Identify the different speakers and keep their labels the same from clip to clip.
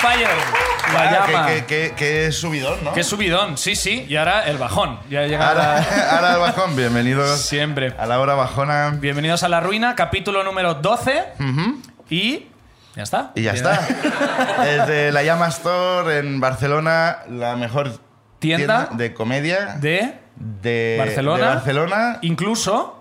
Speaker 1: Fire, la
Speaker 2: Ah,
Speaker 1: llama.
Speaker 2: que, que- que- que subidón, ¿no?
Speaker 1: Qué subidón, sí, sí. Y ahora el bajón. Ya llegará
Speaker 2: Ahora, ahora el bajón, bienvenidos
Speaker 1: siempre.
Speaker 2: a la hora bajona.
Speaker 1: Bienvenidos a La Ruina, capítulo número 12. Y ya está.
Speaker 2: Y ya está. Desde la Llama Store en Barcelona, la mejor
Speaker 1: Tienda
Speaker 2: de comedia
Speaker 1: De
Speaker 2: de
Speaker 1: Barcelona.
Speaker 2: de Barcelona.
Speaker 1: incluso...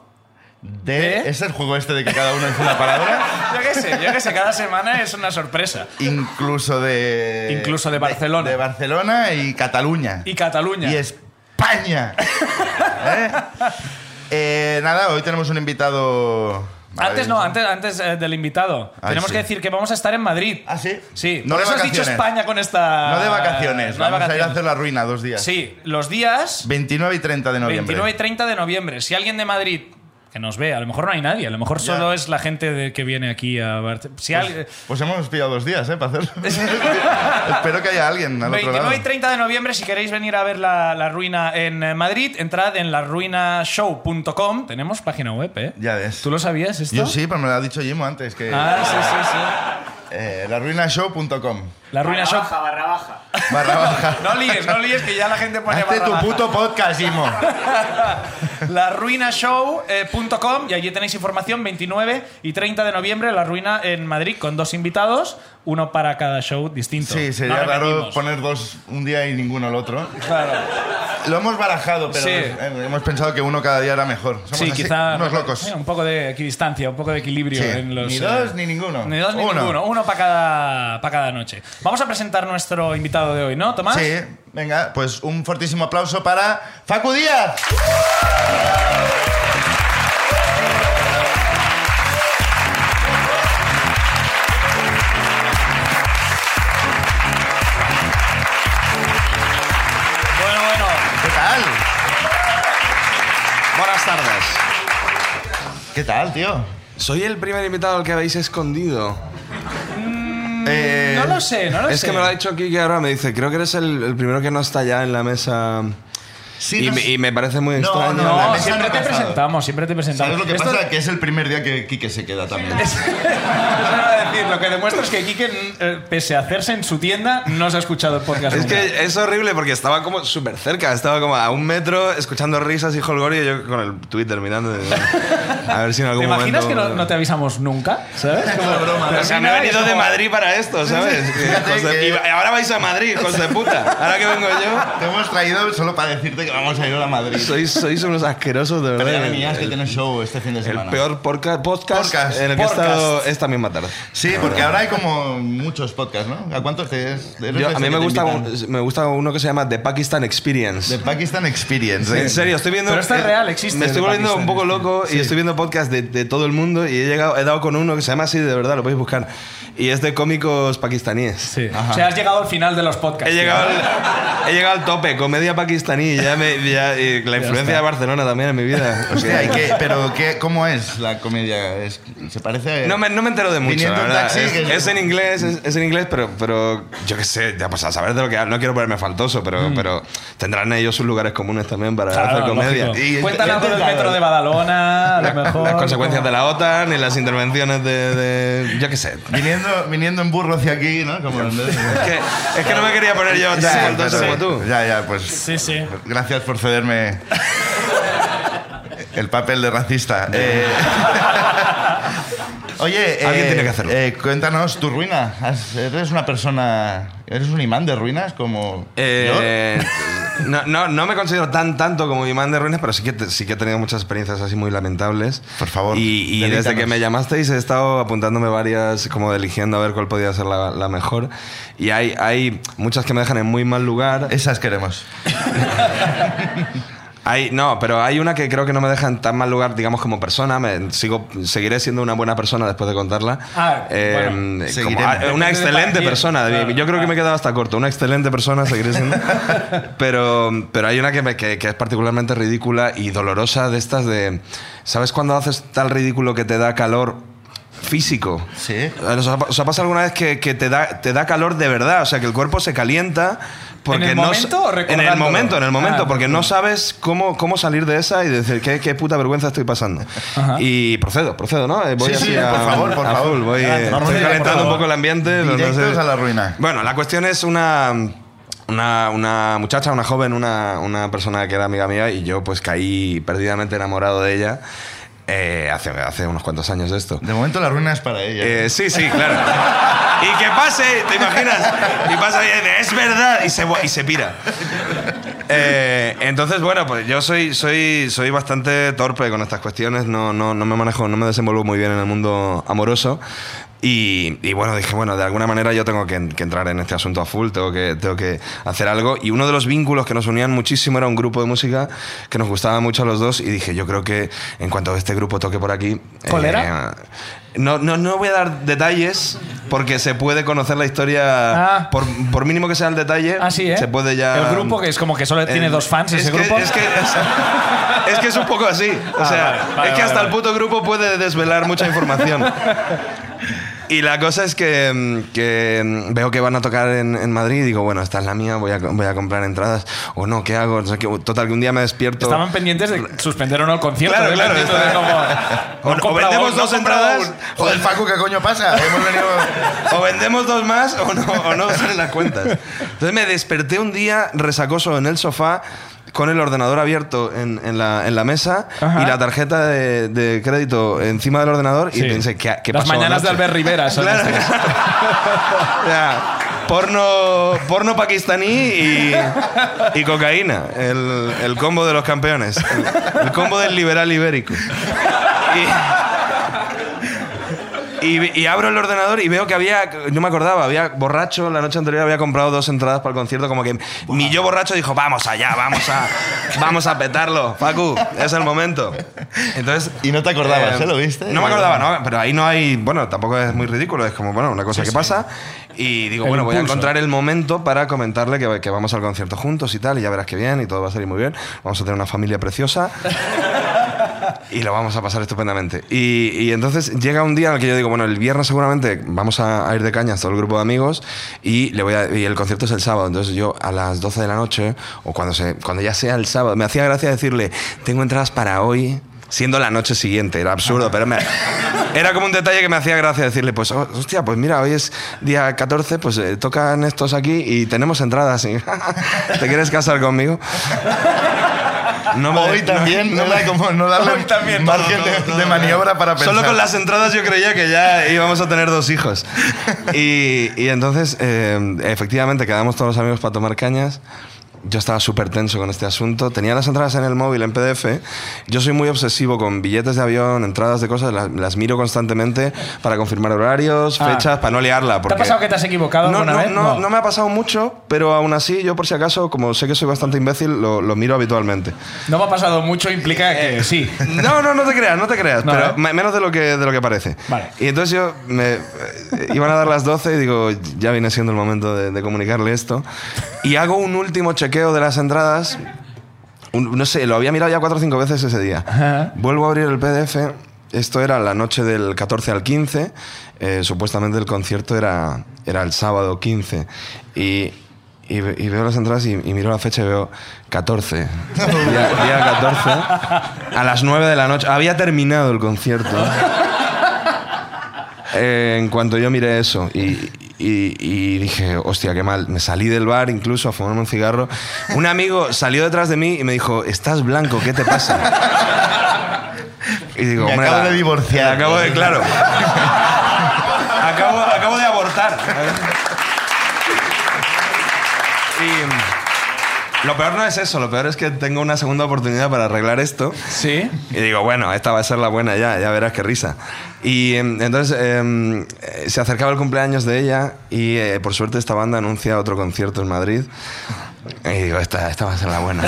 Speaker 2: de-
Speaker 1: de-
Speaker 2: Es el juego este de que cada uno dice una palabra.
Speaker 1: Yo qué sé, yo qué sé, cada semana es una sorpresa.
Speaker 2: Incluso de.
Speaker 1: Incluso de Barcelona.
Speaker 2: De, Barcelona y Cataluña.
Speaker 1: Y Cataluña.
Speaker 2: Y España. ¿Eh? Eh, nada, hoy tenemos un invitado.
Speaker 1: Antes no,
Speaker 2: maravilloso.
Speaker 1: antes, antes eh, del invitado.
Speaker 2: Ay,
Speaker 1: Tenemos
Speaker 2: sí.
Speaker 1: que decir que vamos a estar en Madrid.
Speaker 2: Ah, sí.
Speaker 1: Sí,
Speaker 2: No
Speaker 1: por
Speaker 2: de
Speaker 1: eso has dicho
Speaker 2: vacaciones.
Speaker 1: España con esta...
Speaker 2: No de vacaciones.
Speaker 1: No de
Speaker 2: Vamos a ir a
Speaker 1: vacaciones.
Speaker 2: hacer la ruina dos días.
Speaker 1: Sí, los días
Speaker 2: 29 y 30 de noviembre.
Speaker 1: 29 y 30 de noviembre. Si alguien de Madrid que nos ve, a lo mejor no hay nadie, a lo mejor
Speaker 2: Ya.
Speaker 1: solo es la gente de- que viene aquí a verte. Si alguien-
Speaker 2: Pues hemos pillado dos días, ¿eh? Para hacerlo. Espero que haya alguien al otro
Speaker 1: 29
Speaker 2: lado.
Speaker 1: y 30 de noviembre, si queréis venir a ver la, la ruina en eh, Madrid, entrad en laruinashow.com. Tenemos página web, ¿eh?
Speaker 2: Ya ves.
Speaker 1: ¿Tú lo sabías esto?
Speaker 2: Yo sí, pero me lo ha dicho Jimo antes, que
Speaker 1: Ah, sí, sí, sí.
Speaker 2: eh, laruinashow.com
Speaker 1: La ruina
Speaker 3: barra
Speaker 1: show.
Speaker 3: baja, barra baja.
Speaker 2: barra baja.
Speaker 1: No líes, no líes, que ya la gente pone
Speaker 2: Hazte
Speaker 1: barra
Speaker 2: tu
Speaker 1: baja.
Speaker 2: puto podcast, Jimo.
Speaker 1: laruinashow.com eh, y allí tenéis información 29 y 30 de noviembre La Ruina en Madrid con dos invitados, uno para cada show distinto.
Speaker 2: Sí,
Speaker 1: No
Speaker 2: sería raro
Speaker 1: repetimos.
Speaker 2: poner dos un día y ninguno el otro.
Speaker 1: Claro.
Speaker 2: Lo hemos barajado, pero
Speaker 1: Sí.
Speaker 2: eh, hemos pensado que uno cada día era mejor. Somos
Speaker 1: Sí,
Speaker 2: así,
Speaker 1: quizá
Speaker 2: unos locos.
Speaker 1: Mira, un poco de equidistancia, un poco de equilibrio
Speaker 2: Sí.
Speaker 1: en los
Speaker 2: Ni
Speaker 1: eh,
Speaker 2: dos ni ninguno.
Speaker 1: ni dos ni
Speaker 2: Uno.
Speaker 1: ninguno, uno para cada para cada noche. Vamos a presentar nuestro invitado de hoy, ¿no, Tomás?
Speaker 2: Sí, venga, pues un fortísimo aplauso para Facu Díaz.
Speaker 1: Bueno, bueno.
Speaker 2: ¿Qué tal?
Speaker 4: Buenas tardes.
Speaker 2: ¿Qué tal, tío?
Speaker 4: Soy el primer invitado al que habéis escondido.
Speaker 2: Eh,
Speaker 1: No lo sé, no lo sé.
Speaker 4: es que me lo ha dicho Kike ahora, me dice, creo que eres el, el primero que no está ya en la mesa.
Speaker 2: sí,
Speaker 4: y,
Speaker 2: no
Speaker 4: me,
Speaker 2: sé.
Speaker 4: y me parece muy
Speaker 2: No,
Speaker 4: extraño.
Speaker 2: no, la
Speaker 1: No,
Speaker 2: mesa
Speaker 1: siempre
Speaker 2: no
Speaker 1: te
Speaker 2: ha pasado.
Speaker 1: presentamos, siempre te presentamos.
Speaker 2: ¿Sabes lo que
Speaker 1: Esto-
Speaker 2: pasa? Que es el primer día que Quique se queda también.
Speaker 1: Eso iba a decir, lo que demuestra es que Quique, eh, pese a hacerse en su tienda, no se ha escuchado el podcast.
Speaker 4: Es
Speaker 1: nunca.
Speaker 4: que es horrible porque estaba como súper cerca, estaba como a un metro escuchando risas y holgorio y yo con el Twitter mirando. de- A ver si en
Speaker 1: ¿Te
Speaker 4: algún momento.
Speaker 1: imaginas que no, no te avisamos nunca? ¿Sabes?
Speaker 2: Es una broma.
Speaker 4: O sea, me he
Speaker 1: Termina
Speaker 4: venido
Speaker 1: eso.
Speaker 4: de Madrid para esto, ¿sabes? Que,
Speaker 2: Fíjate
Speaker 4: hijos de-
Speaker 2: que-
Speaker 4: y ahora vais a Madrid, hijos de puta. Ahora que vengo yo.
Speaker 2: Te hemos traído solo para decirte que vamos a ir a Madrid.
Speaker 4: Sois, sois unos asquerosos, de verdad.
Speaker 2: Pero ya venías que tienes show este fin de
Speaker 4: El
Speaker 2: semana.
Speaker 4: peor porca- podcast,
Speaker 2: Podcast.
Speaker 4: en el que
Speaker 2: Podcast.
Speaker 4: he estado esta misma tarde.
Speaker 2: Sí, porque ahora hay como muchos podcasts, ¿no? ¿A cuántos te es? eres
Speaker 4: Yo-
Speaker 2: de
Speaker 4: a
Speaker 2: ese
Speaker 4: mí
Speaker 2: que
Speaker 4: me
Speaker 2: te
Speaker 4: gusta,
Speaker 2: invitan?
Speaker 4: un- me gusta uno que se llama The Pakistan Experience.
Speaker 2: The Pakistan Experience. ¿eh?
Speaker 4: en serio, estoy viendo.
Speaker 1: Pero esto es
Speaker 4: eh,
Speaker 1: real, existe
Speaker 4: Me estoy
Speaker 1: The
Speaker 4: volviendo un
Speaker 1: Pakistan
Speaker 4: poco loco y estoy viendo podcasts de, de todo el mundo y he, llegado, he dado con uno que se llama así, de verdad, lo podéis buscar. Y es de cómicos pakistaníes.
Speaker 1: Sí. O sea, has llegado al final de los podcasts.
Speaker 4: He llegado, al, he llegado al tope, comedia pakistaní. Ya me, ya- y la influencia de Barcelona también en mi vida.
Speaker 2: Hostia, hay que- pero qué, ¿cómo es la comedia? Es- ¿Se parece a-
Speaker 4: No me, no me entero de mucho,
Speaker 2: Eh, Viniendo
Speaker 4: la
Speaker 2: en
Speaker 4: verdad.
Speaker 2: taxi,
Speaker 4: es,
Speaker 2: que-
Speaker 4: es en inglés, es, es en inglés, pero, pero yo qué sé, ya pues a saber de lo que hablo. No quiero ponerme faltoso, pero, pero tendrán ellos sus lugares comunes también para
Speaker 1: Mm. Claro,
Speaker 4: hacer comedia.
Speaker 1: lógico.
Speaker 2: Y- eh, y-
Speaker 1: Cuentan
Speaker 2: y-
Speaker 1: algo del
Speaker 2: claro.
Speaker 1: metro de Badalona, a lo mejor.
Speaker 4: Las consecuencias de la OTAN y las intervenciones de... de- yo qué sé.
Speaker 2: Viniendo, viniendo en burro hacia aquí, ¿no? Como
Speaker 4: Es que, es que no me quería poner yo tan
Speaker 2: pero-
Speaker 4: faltoso como tú.
Speaker 2: ya, ya, pues.
Speaker 1: Sí, sí.
Speaker 2: Gracias por cederme el papel de racista. Eh, Oye,
Speaker 4: Alguien tiene que hacerlo.
Speaker 2: eh, cuéntanos tu ruina. Has- Eres una persona. Eres un imán de ruinas como.
Speaker 4: Eh, no, no, no me considero tan tanto como imán de ruinas, pero sí que, te- sí que he tenido muchas experiencias así muy lamentables.
Speaker 2: Por favor,
Speaker 4: Y, y desde
Speaker 2: delítanos.
Speaker 4: que me llamasteis he estado apuntándome varias, como eligiendo a ver cuál podía ser la, la mejor. Y hay, hay muchas que me dejan en muy mal lugar.
Speaker 2: yo? Esas queremos.
Speaker 4: Hay- no, pero hay una que creo que no me deja en tan mal lugar, digamos, como persona. Me, sigo, seguiré siendo una buena persona después de contarla. Eh,
Speaker 1: Ah, bueno,
Speaker 4: como-
Speaker 2: seguiremos.
Speaker 4: ah,
Speaker 2: Depende
Speaker 4: una
Speaker 1: de para
Speaker 4: excelente
Speaker 1: quién,
Speaker 4: persona. David.
Speaker 1: claro.
Speaker 4: Yo creo que me he quedado hasta corto. Una excelente persona seguiré siendo. pero, pero hay una que, me- que- que es particularmente ridícula y dolorosa de estas de... ¿Sabes cuando haces tal ridículo que te da calor físico?
Speaker 2: Sí.
Speaker 4: ¿Os ha, os ha pasado alguna vez que, que te, da, te da calor de verdad? O sea, que el cuerpo se calienta, Porque
Speaker 1: ¿En el
Speaker 4: no
Speaker 1: momento
Speaker 4: sa-
Speaker 1: o
Speaker 4: En el
Speaker 1: recordándolo?
Speaker 4: momento, en el momento,
Speaker 1: Ah,
Speaker 4: porque no sabes cómo, cómo salir de esa y decir qué, qué puta vergüenza estoy pasando.
Speaker 1: Ajá.
Speaker 4: Y procedo, procedo, ¿no? Eh, Voy
Speaker 2: Sí, sí,
Speaker 4: así a-
Speaker 2: por favor, por
Speaker 4: a
Speaker 2: favor.
Speaker 4: full, voy, eh,
Speaker 2: Adelante, vamos
Speaker 4: estoy
Speaker 2: allá, por
Speaker 4: calentando un
Speaker 2: favor.
Speaker 4: poco el ambiente. pero eh, no sé-
Speaker 2: Directos a la ruina.
Speaker 4: bueno, la cuestión es una, una, una muchacha, una joven, una, una persona que era amiga mía y yo pues caí perdidamente enamorado de ella eh, hace, hace unos cuantos años de esto.
Speaker 2: De momento la ruina es para ella.
Speaker 4: Eh, sí, sí, claro. Y que pase, ¿te imaginas? Y pasa y dice, es verdad, y se, vo- y se pira. Eh, entonces, bueno, pues yo soy, soy, soy bastante torpe con estas cuestiones, no, no, no me manejo, no me desenvuelvo muy bien en el mundo amoroso. Y, y bueno, dije, bueno, de alguna manera yo tengo que, en- que entrar en este asunto a full, tengo que, tengo que hacer algo. Y uno de los vínculos que nos unían muchísimo era un grupo de música que nos gustaba mucho a los dos. Y dije, yo creo que en cuanto este grupo toque por aquí. eh,
Speaker 1: ¿Cuál era?
Speaker 4: No, no, no voy a dar detalles porque se puede conocer la historia.
Speaker 1: Ah.
Speaker 4: Por, por mínimo que sea el detalle,
Speaker 1: Ah, sí, ¿eh?
Speaker 4: se puede ya.
Speaker 1: El grupo que es como que solo tiene
Speaker 4: Eh,
Speaker 1: dos fans,
Speaker 4: es
Speaker 1: ese
Speaker 4: que-
Speaker 1: grupo.
Speaker 4: Es que es, es que es un poco así. O
Speaker 1: Ah,
Speaker 4: sea,
Speaker 1: vale, vale,
Speaker 4: es que
Speaker 1: vale,
Speaker 4: hasta
Speaker 1: vale.
Speaker 4: el puto grupo puede desvelar mucha información. Y la cosa es que, mm, que, mm, veo que van a tocar en, en Madrid y digo, bueno, esta es la mía, voy a, co- voy a comprar entradas. O no, ¿qué hago? No sé qué. Total, que un día me despierto.
Speaker 1: Estaban pendientes de suspender o no el concierto.
Speaker 4: Claro,
Speaker 1: ¿eh?
Speaker 4: claro,
Speaker 1: Pendientes de
Speaker 4: está-
Speaker 1: como-
Speaker 4: O-
Speaker 1: no
Speaker 4: o
Speaker 1: compra
Speaker 4: vendemos
Speaker 1: aún, no
Speaker 4: dos
Speaker 1: compra
Speaker 4: entradas.
Speaker 1: aún.
Speaker 2: Joder, Paco, ¿qué coño pasa? Hemos venido...
Speaker 4: O vendemos dos más o no, o no salen las cuentas. Entonces me desperté un día resacoso en el sofá con el ordenador abierto en, en la, en la mesa
Speaker 1: Ajá.
Speaker 4: y la tarjeta de, de crédito encima del ordenador
Speaker 1: Sí.
Speaker 4: y pensé, ¿qué, qué
Speaker 1: Las
Speaker 4: pasó
Speaker 1: mañanas de
Speaker 4: anoche?
Speaker 1: Albert Rivera son
Speaker 4: Claro.
Speaker 1: estas.
Speaker 4: O sea, porno, porno pakistaní y, y cocaína. El, el combo de los campeones. El, el combo del liberal ibérico. Y, y- y abro el ordenador y veo que había, no me acordaba, había borracho, la noche anterior había comprado dos entradas para el concierto, como que mi yo borracho dijo, vamos allá, vamos a, vamos a petarlo, Facu, es el momento. Entonces
Speaker 2: Y no te acordabas,
Speaker 4: eh,
Speaker 2: ¿eh? ¿Lo viste?
Speaker 4: No me acordaba, no, pero ahí no hay. Bueno, tampoco es muy ridículo, es como, bueno, una cosa que pasa. Y digo,
Speaker 1: El
Speaker 4: bueno, voy a
Speaker 1: impulso.
Speaker 4: encontrar el momento para comentarle que, que vamos al concierto juntos y tal, y ya verás que bien, y todo va a salir muy bien. Vamos a tener una familia preciosa y lo vamos a pasar estupendamente. Y, y entonces llega un día en el que yo digo, bueno, el viernes seguramente vamos a, a ir de cañas todo el grupo de amigos y, le voy a- y el concierto es el sábado. Entonces yo a las 12 de la noche, o cuando, se, cuando ya sea el sábado, me hacía gracia decirle, tengo entradas para hoy. Siendo la noche siguiente, era absurdo, pero me- era como un detalle que me hacía gracia decirle, pues, oh, hostia, pues mira, hoy es día 14, pues eh, tocan estos aquí y tenemos entradas. y, ¿Te quieres casar conmigo? No me-
Speaker 2: Hoy
Speaker 4: no-
Speaker 2: también, no, da como, no darle
Speaker 1: Hoy también, no,
Speaker 2: margen
Speaker 4: no,
Speaker 2: de,
Speaker 4: no,
Speaker 2: de
Speaker 4: no.
Speaker 2: maniobra para pensar.
Speaker 4: Solo con las entradas yo creía que ya íbamos a tener dos hijos. Y, y entonces, eh, efectivamente, quedamos todos los amigos para tomar cañas. Yo estaba súper tenso con este asunto. Tenía las entradas en el móvil, en PDF. Yo soy muy obsesivo con billetes de avión, entradas de cosas. Las, las miro constantemente para confirmar horarios,
Speaker 1: Ah.
Speaker 4: fechas, para no liarla.
Speaker 1: ¿Te
Speaker 4: porque-
Speaker 1: ha pasado que te has equivocado
Speaker 4: no,
Speaker 1: alguna
Speaker 4: no,
Speaker 1: vez?
Speaker 4: no, no me ha pasado mucho, pero aún así, yo por si acaso, como sé que soy bastante imbécil, lo- lo miro habitualmente.
Speaker 1: No me ha pasado mucho, implica
Speaker 4: Eh.
Speaker 1: que sí.
Speaker 4: No, no, no te creas, no te creas,
Speaker 1: No,
Speaker 4: pero
Speaker 1: ¿eh?
Speaker 4: me- menos de lo que de lo que parece.
Speaker 1: Vale.
Speaker 4: Y entonces yo me eh, iban a dar las 12 y digo, ya viene siendo el momento de, de comunicarle esto y hago un último chequeo de las entradas. Un- no sé, lo había mirado ya cuatro o cinco veces ese día.
Speaker 1: Ajá.
Speaker 4: Vuelvo a abrir el PDF. Esto era la noche del 14 al 15. Eh, supuestamente el concierto era, era el sábado 15. Y, y ve- y veo las entradas y, y miro la fecha y veo 14. Día, día 14. A las 9 de la noche. Había terminado el concierto. Eh, en cuanto yo miré eso y, y- y dije, hostia, qué mal. Me salí del bar incluso a fumarme un cigarro. Un amigo salió detrás de mí y me dijo, estás blanco, ¿qué te pasa? Y digo,
Speaker 2: Me
Speaker 4: "Hombre,
Speaker 2: acabo
Speaker 4: la-
Speaker 2: de divorciar".
Speaker 4: me acabo de, claro. acabo, acabo de abortar. Y lo peor no es eso, lo peor es que tengo una segunda oportunidad para arreglar esto.
Speaker 1: Sí.
Speaker 4: Y digo, bueno, esta va a ser la buena ya, ya verás qué risa. Y em, entonces em, eh, se acercaba el cumpleaños de ella y eh, por suerte esta banda anuncia otro concierto en Madrid. Y digo, esta, esta va a ser la buena.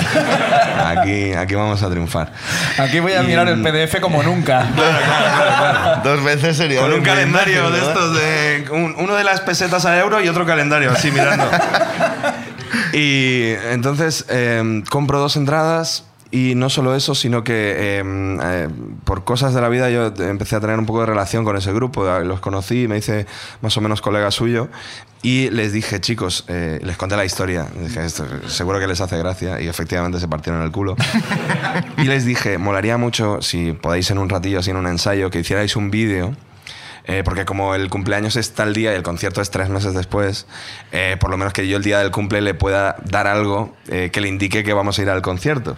Speaker 4: Aquí, aquí vamos a triunfar.
Speaker 1: Aquí voy a mirar el PDF como nunca.
Speaker 2: Dos veces sería...
Speaker 4: Con un
Speaker 2: muy
Speaker 4: calendario
Speaker 2: imbécil,
Speaker 4: de
Speaker 2: ¿verdad?
Speaker 4: estos, de un- uno de las pesetas a euro y otro calendario, así mirando. y entonces em, compro dos entradas Y no solo eso, sino que eh, eh, por cosas de la vida yo empecé a tener un poco de relación con ese grupo. Los conocí, me hice más o menos colega suyo. Y les dije, chicos, eh, les conté la historia. Les Dije, esto seguro que les hace gracia. Y efectivamente se partieron el culo. y les dije, molaría mucho si podéis en un ratillo, así en un ensayo, que hicierais un vídeo. Eh, porque como el cumpleaños es tal día y el concierto es tres meses después, eh, por lo menos que yo el día del cumple le pueda dar algo eh, que le indique que vamos a ir al concierto.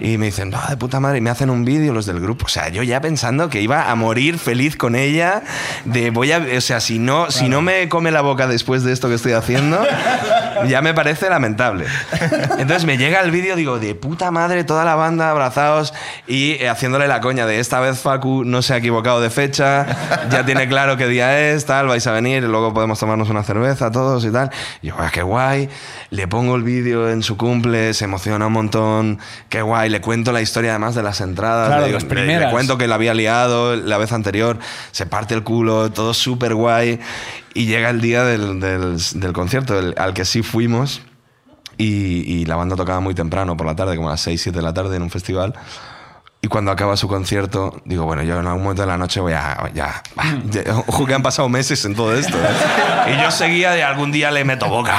Speaker 4: Y me dicen, no, de puta madre, y me hacen un vídeo los del grupo. O sea, yo ya pensando que iba a morir feliz con ella, de voy a, o sea, si no, si no me come la boca después de esto que estoy haciendo, ya me parece lamentable. Entonces me llega el vídeo, digo, de puta madre, toda la banda abrazados y eh, haciéndole la coña de esta vez Facu no se ha equivocado de fecha, ya tiene claro qué día es, tal, vais a venir, luego podemos tomarnos una cerveza todos y tal. Y yo, "Ah, qué guay, le pongo el vídeo en su cumple, se emociona un montón, qué guay, le cuento la historia además de las entradas,
Speaker 1: Claro,
Speaker 4: le, digo-
Speaker 1: las
Speaker 4: le- le
Speaker 1: primeras.
Speaker 4: cuento que la había liado la vez anterior, se parte el culo, todo súper guay. Y llega el día del, del- del concierto, el- al que sí fuimos. Y, y la banda tocaba muy temprano, por la tarde, como a las 6, 7 de la tarde en un festival. Y cuando acaba su concierto, digo, bueno, yo en algún momento de la noche voy a... Ya, va, ya, ojo que han pasado meses en todo esto. ¿eh? Y yo seguía de algún día le meto boca.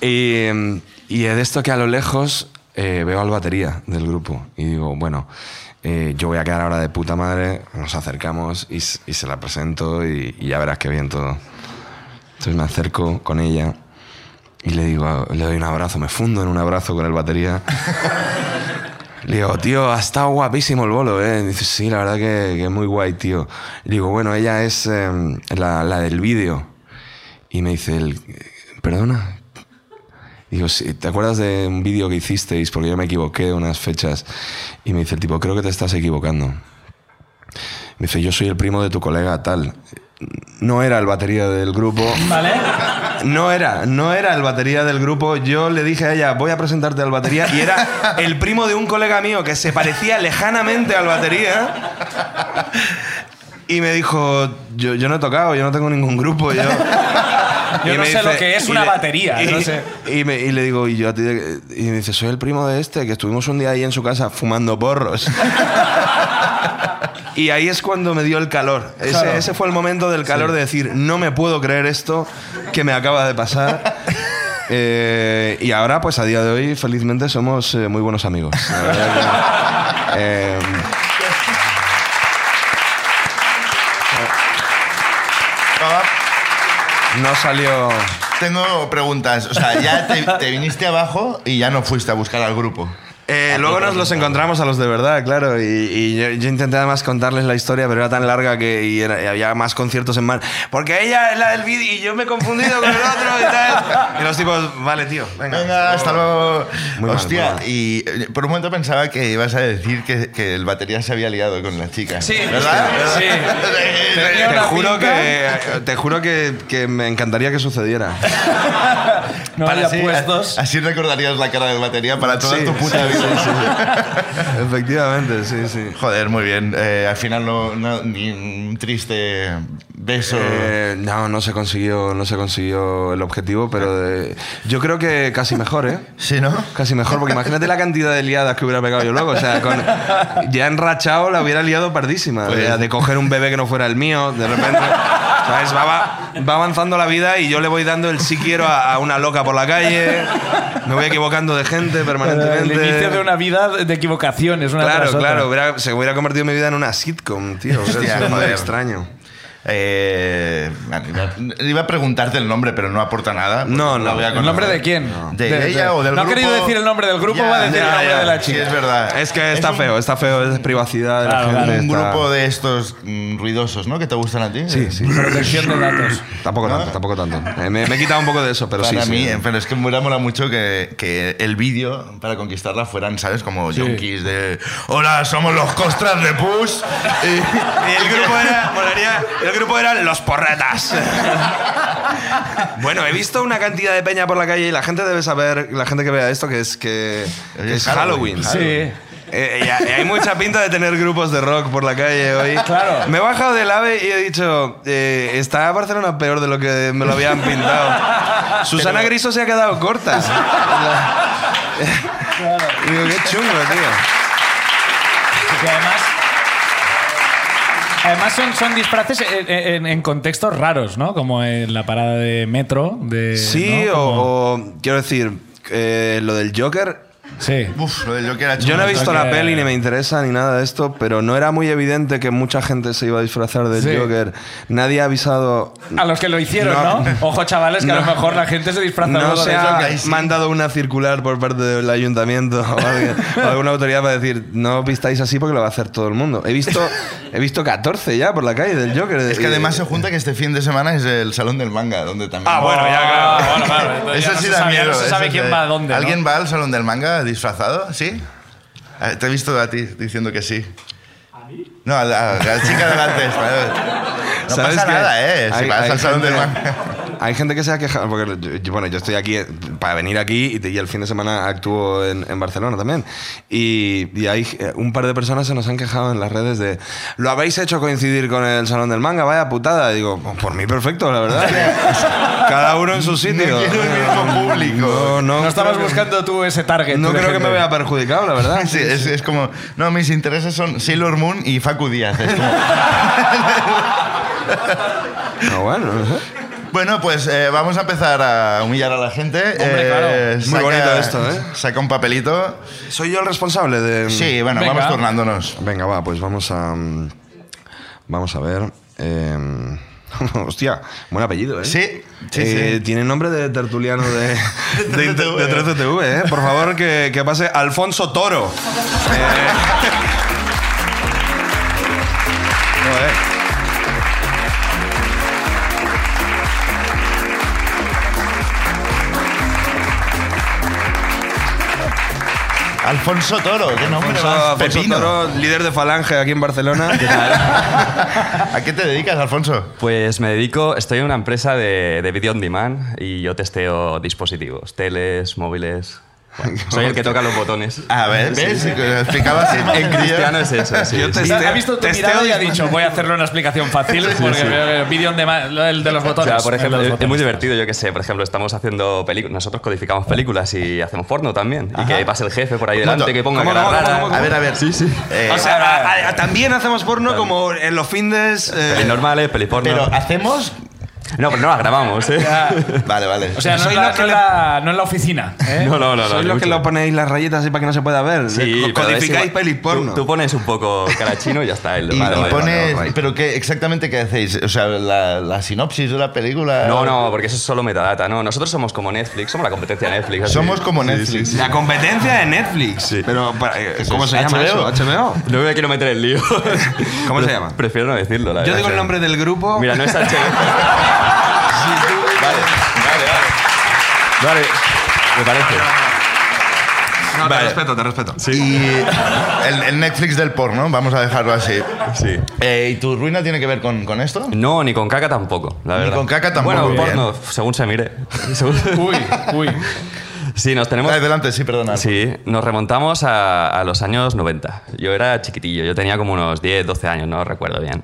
Speaker 4: Y, mm, y de esto que a lo lejos eh, veo al batería del grupo y digo, bueno, eh, yo voy a quedar ahora de puta madre, nos acercamos y, s- y se la presento y, y ya verás qué bien todo. Entonces me acerco con ella y le digo, le doy un abrazo, me fundo en un abrazo con el batería. Le digo, tío, ha estado guapísimo el bolo, ¿eh? Dice, sí, la verdad que, que muy guay, tío. Le digo, bueno, ella es eh, la, la del vídeo. Y me dice, él, perdona, Digo, sí, ¿te acuerdas de un vídeo que hicisteis? Porque yo me equivoqué de unas fechas. Y me dice el tipo, creo que te estás equivocando. Me dice, yo soy el primo de tu colega tal. No era el batería del grupo.
Speaker 1: ¿Vale?
Speaker 4: No era, no era el batería del grupo. Yo le dije a ella, voy a presentarte al batería. Y era el primo de un colega mío que se parecía lejanamente al batería. Y me dijo, yo, yo no he tocado, yo no tengo ningún grupo. Yo,
Speaker 1: Yo
Speaker 4: Y
Speaker 1: no
Speaker 4: me
Speaker 1: sé lo que es
Speaker 4: y
Speaker 1: una batería,
Speaker 4: Y,
Speaker 1: no sé.
Speaker 4: y me- y le digo, y yo a ti, de- y me dice, soy el primo de este, que estuvimos un día ahí en su casa fumando porros. y ahí es cuando me dio el calor. Ese,
Speaker 1: Claro.
Speaker 4: ese fue el momento del calor de decir, no me puedo creer esto que me acaba de pasar. Eh, y ahora, pues a día de hoy, felizmente somos eh, muy buenos amigos. La verdad que, eh,
Speaker 2: Acaba-
Speaker 4: no salió.
Speaker 2: Tengo preguntas. O sea, ya te, te viniste abajo y ya no fuiste a buscar al grupo.
Speaker 4: Eh,
Speaker 2: A
Speaker 4: luego
Speaker 2: poco
Speaker 4: nos los
Speaker 2: tiempo.
Speaker 4: encontramos a los de verdad, claro. Y, y yo, yo intenté además contarles la historia, pero era tan larga que y era- y había más conciertos en mar. Porque ella es la del vídeo y yo me he confundido con el otro y tal. Y los tipos, vale, tío, venga.
Speaker 2: Venga, hasta luego.
Speaker 4: Muy mal,
Speaker 2: Hostia,
Speaker 4: muy mal.
Speaker 2: y eh, por un momento pensaba que ibas a decir que, que el batería se había liado con la chica.
Speaker 1: Sí,
Speaker 2: ¿verdad?
Speaker 1: sí.
Speaker 4: Te,
Speaker 1: Tenía
Speaker 4: te
Speaker 1: una
Speaker 4: juro,
Speaker 1: pinta.
Speaker 4: que, te juro que, que me encantaría que sucediera.
Speaker 1: No
Speaker 2: Para
Speaker 1: había
Speaker 2: así,
Speaker 4: eh,
Speaker 1: puestos.
Speaker 2: así recordarías la cara del batería para toda
Speaker 4: Sí,
Speaker 2: tu puta vida.
Speaker 4: Efectivamente, sí, sí.
Speaker 2: Joder, muy bien. Eh, al final no, no- ni un triste beso.
Speaker 4: Eh, no, no se consiguió, no se consiguió el objetivo, pero de- yo creo que casi mejor, ¿eh?
Speaker 2: ¿Sí, no?
Speaker 4: Casi mejor, porque imagínate la cantidad de liadas que hubiera pegado yo luego. O sea, con, ya enrachado la hubiera liado pardísima.
Speaker 2: Pues-
Speaker 4: de, de coger un bebé que no fuera el mío, de repente. ¿Sabes? Va, va- va avanzando la vida y yo le voy dando el sí quiero a, a una loca por la calle. Me voy equivocando de gente
Speaker 1: El
Speaker 4: permanentemente.
Speaker 1: inicio de una vida de equivocaciones. Una tras
Speaker 4: Claro,
Speaker 1: otra.
Speaker 4: claro. hubiera- se hubiera convertido mi vida en una sitcom, tío. Hubiera
Speaker 2: Hostia,
Speaker 4: sido muy
Speaker 2: joder.
Speaker 4: extraño.
Speaker 2: Eh, vale, iba- iba a preguntarte el nombre, pero no aporta nada. porque
Speaker 4: No, no.
Speaker 2: la voy a
Speaker 1: ¿El nombre de
Speaker 2: conocer.
Speaker 1: quién?
Speaker 2: ¿De, ella o del
Speaker 1: no
Speaker 2: grupo?
Speaker 1: ha querido decir el nombre del grupo,
Speaker 2: Ya,
Speaker 1: va a decir
Speaker 2: ya,
Speaker 1: el nombre
Speaker 2: ya.
Speaker 1: de la
Speaker 2: Sí,
Speaker 1: chica.
Speaker 2: Ah, es verdad.
Speaker 4: Es que está
Speaker 2: un-
Speaker 4: feo, está feo. Es privacidad de
Speaker 1: Claro,
Speaker 4: la
Speaker 1: claro.
Speaker 4: gente.
Speaker 2: Un
Speaker 4: está-
Speaker 2: grupo de estos mm, ruidosos, ¿no? Que te gustan a ti.
Speaker 4: Sí, sí.
Speaker 1: Protección de datos.
Speaker 4: Tampoco tanto, tampoco tanto. Eh, me, me he quitado un poco de eso, pero
Speaker 2: para
Speaker 4: sí.
Speaker 2: mí,
Speaker 4: sí.
Speaker 2: eh, pero es que me hubiera molado mucho que, que el vídeo para conquistarla fueran, ¿sabes? Como junkies de Hola, somos los costras de Push.
Speaker 4: Y el grupo era, molaría, el grupo eran los porretas. bueno, he visto una cantidad de peña por la calle y la gente debe saber, la gente que vea esto, que es que, que es Halloween.
Speaker 1: Sí.
Speaker 4: Eh, y hay- hay mucha pinta de tener grupos de rock por la calle hoy.
Speaker 1: Claro.
Speaker 4: Me he bajado del AVE y he dicho, eh, está Barcelona peor de lo que me lo habían pintado. Susana Griso se ha quedado corta. Y digo, qué chungo, tío.
Speaker 1: Que además. Además son, son disfraces en, en- en contextos raros, ¿no? Como en la parada de metro. De,
Speaker 4: Sí,
Speaker 1: ¿no?
Speaker 4: o,
Speaker 1: Como-
Speaker 4: o quiero decir, eh, lo del Joker.
Speaker 1: Sí.
Speaker 2: Uf, lo del Joker ha hecho
Speaker 4: Yo no he
Speaker 2: un-
Speaker 4: visto
Speaker 1: que-
Speaker 4: la peli ni me interesa ni nada de esto, pero no era muy evidente que mucha gente se iba a disfrazar del
Speaker 1: Sí.
Speaker 4: Joker. Nadie ha avisado.
Speaker 1: A los que lo hicieron, ¿no?
Speaker 4: No.
Speaker 1: Ojo, chavales, que a lo mejor la gente se disfraza
Speaker 4: No
Speaker 1: luego
Speaker 4: se
Speaker 1: de eso.
Speaker 4: ha
Speaker 2: Joker, sí.
Speaker 4: mandado una circular por parte del ayuntamiento o, alguien- o alguna autoridad para decir no vistáis así porque lo va a hacer todo el mundo. He visto, he visto 14 ya por la calle del Joker.
Speaker 2: Es que además se junta que este fin de semana es el Salón del Manga, donde también...
Speaker 4: Ah, bueno, ya,
Speaker 1: Ah,
Speaker 4: claro.
Speaker 1: bueno, claro. entonces
Speaker 2: Eso
Speaker 1: ya no
Speaker 2: sí
Speaker 1: se
Speaker 2: da
Speaker 1: sabe- ya
Speaker 2: miedo.
Speaker 1: No se
Speaker 2: eso
Speaker 1: sabe
Speaker 2: sí
Speaker 1: quién
Speaker 2: da-
Speaker 1: va a dónde. ¿no?
Speaker 2: ¿Alguien va al Salón del Manga disfrazado? ¿Sí? Ah, Te he visto a ti diciendo que sí. No, a la, a la chica de antes. No
Speaker 4: ¿Sabes
Speaker 2: pasa
Speaker 4: qué?
Speaker 2: nada, ¿eh? Si
Speaker 4: Hay-
Speaker 2: vas
Speaker 4: hay
Speaker 2: al Salón del
Speaker 4: gente-
Speaker 2: Manga...
Speaker 4: Hay gente que se ha quejado, porque yo- yo- bueno, yo estoy aquí eh, para venir aquí y, te- y el fin de semana actúo en, en Barcelona también. Y, y hay eh, un par de personas se nos han quejado en las redes de lo habéis hecho coincidir con el Salón del Manga, vaya putada. Y digo, "Oh, por mí perfecto, la verdad. Cada uno en su sitio.
Speaker 2: quiero el mismo público.
Speaker 4: No, no,
Speaker 1: No estabas
Speaker 4: creo que-
Speaker 1: buscando tú ese target.
Speaker 4: No
Speaker 1: de
Speaker 4: creo que
Speaker 1: gente.
Speaker 4: me vea perjudicado, la verdad.
Speaker 2: Sí, es, es como... No, mis intereses son Sailor Moon y Facu Díaz. Es como-
Speaker 4: No, bueno. no sé.
Speaker 2: Bueno, pues eh, vamos a empezar a humillar a la gente.
Speaker 1: Hombre, claro.
Speaker 4: Muy bonito esto, ¿eh?
Speaker 2: Saca un papelito.
Speaker 4: Soy yo el responsable de.
Speaker 2: Sí, bueno,
Speaker 1: Venga.
Speaker 2: vamos tornándonos.
Speaker 4: Venga, va, pues vamos a. mm, Vamos a ver. eh, hostia, buen apellido, ¿eh?
Speaker 2: Sí, sí,
Speaker 4: Eh,
Speaker 2: sí.
Speaker 4: Tiene nombre de tertuliano de, de, de,
Speaker 2: 13TV.
Speaker 4: 13TV, ¿eh? Por favor, que, que pase Alfonso Toro. Eh, joder.
Speaker 2: Alfonso Toro, qué nombre
Speaker 4: Alfonso,
Speaker 2: más
Speaker 4: Alfonso
Speaker 2: pepino.
Speaker 4: Toro, líder de Falange aquí en Barcelona.
Speaker 2: ¿A qué te dedicas, Alfonso?
Speaker 3: Pues me dedico, estoy en una empresa de, de video on demand y yo testeo dispositivos, teles, móviles. Bueno, soy el que toca los botones.
Speaker 4: Ah,
Speaker 2: A ver, ¿ves? Explicaba así.
Speaker 3: En cristiano es eso, sí.
Speaker 4: Yo
Speaker 3: sí.
Speaker 4: testeo-
Speaker 1: Ha visto tu
Speaker 4: testeo
Speaker 1: mirada y ha
Speaker 4: dis-
Speaker 1: dicho, voy a hacerle una explicación fácil porque veo el vídeo de, ma- lo del- de los
Speaker 3: O
Speaker 1: botones.
Speaker 3: sea, por ejemplo,
Speaker 1: El de
Speaker 3: es,
Speaker 1: los
Speaker 3: es muy
Speaker 1: botones.
Speaker 3: divertido, yo que sé, por ejemplo, estamos haciendo películas, nosotros codificamos películas y hacemos porno también, y que pase el jefe por ahí
Speaker 2: Un
Speaker 3: delante,
Speaker 2: momento.
Speaker 3: que ponga
Speaker 4: ¿Cómo,
Speaker 3: cara
Speaker 4: cómo,
Speaker 3: rara.
Speaker 4: cómo,
Speaker 2: A ver, a ver.
Speaker 3: Sí, sí.
Speaker 2: Eh,
Speaker 4: O sea, a- a- también hacemos porno como en los findes. eh,
Speaker 3: Pelis normales, pelis porno.
Speaker 2: pero
Speaker 4: ah,
Speaker 2: hacemos.
Speaker 3: No, pero no las grabamos, ¿eh?
Speaker 2: Vale, vale.
Speaker 1: O sea, no
Speaker 4: Soy
Speaker 1: es
Speaker 4: lo
Speaker 1: la,
Speaker 4: que
Speaker 1: no es
Speaker 4: le-
Speaker 1: la- no es la oficina. ¿eh?
Speaker 3: No, no, no. no,
Speaker 4: Sois
Speaker 3: ni
Speaker 4: los que
Speaker 3: mucho.
Speaker 4: lo ponéis las rayitas así para que no se pueda ver.
Speaker 3: Sí,
Speaker 4: Co-
Speaker 3: pero es
Speaker 4: Codificáis
Speaker 3: igual.
Speaker 4: pelis
Speaker 3: Tú-
Speaker 4: porno.
Speaker 3: Tú, pones un poco cara chino y ya está. El,
Speaker 2: y
Speaker 3: vale,
Speaker 2: y
Speaker 3: vale,
Speaker 2: pones.
Speaker 3: vale, vale.
Speaker 2: ¿Pero qué, exactamente qué hacéis? O sea, la, la sinopsis de la película.
Speaker 3: No, no, porque eso es solo metadata, ¿no? Nosotros somos como Netflix, somos la competencia de Netflix. así.
Speaker 2: Somos como Netflix.
Speaker 4: La competencia de Netflix. Pero, para- eh, ¿cómo
Speaker 2: es?
Speaker 4: se llama
Speaker 2: HBO?
Speaker 4: eso? ¿HBO?
Speaker 3: No me quiero meter en lío.
Speaker 4: ¿Cómo se
Speaker 3: Pre-
Speaker 4: llama?
Speaker 3: Prefiero no decirlo, la
Speaker 4: Yo
Speaker 3: verdad.
Speaker 4: digo el nombre del grupo.
Speaker 3: Mira, no es HBO.
Speaker 2: Vale, vale, vale.
Speaker 3: Vale, me parece.
Speaker 4: No, te
Speaker 3: Vale.
Speaker 4: respeto, te respeto.
Speaker 2: Y el, el Netflix del porno, vamos a dejarlo así.
Speaker 3: Sí.
Speaker 2: Eh, ¿Y tu ruina tiene que ver con, con esto?
Speaker 3: No, ni con caca tampoco, la
Speaker 2: Ni
Speaker 3: verdad.
Speaker 2: con caca tampoco,
Speaker 3: Bueno,
Speaker 2: bien.
Speaker 3: porno, según se mire. Según-
Speaker 1: Uy, uy.
Speaker 3: Sí, nos tenemos...
Speaker 2: Adelante, sí, perdona.
Speaker 3: Sí, nos remontamos a, a los años 90. Yo era chiquitillo, yo tenía como unos 10, 12 años, no recuerdo bien.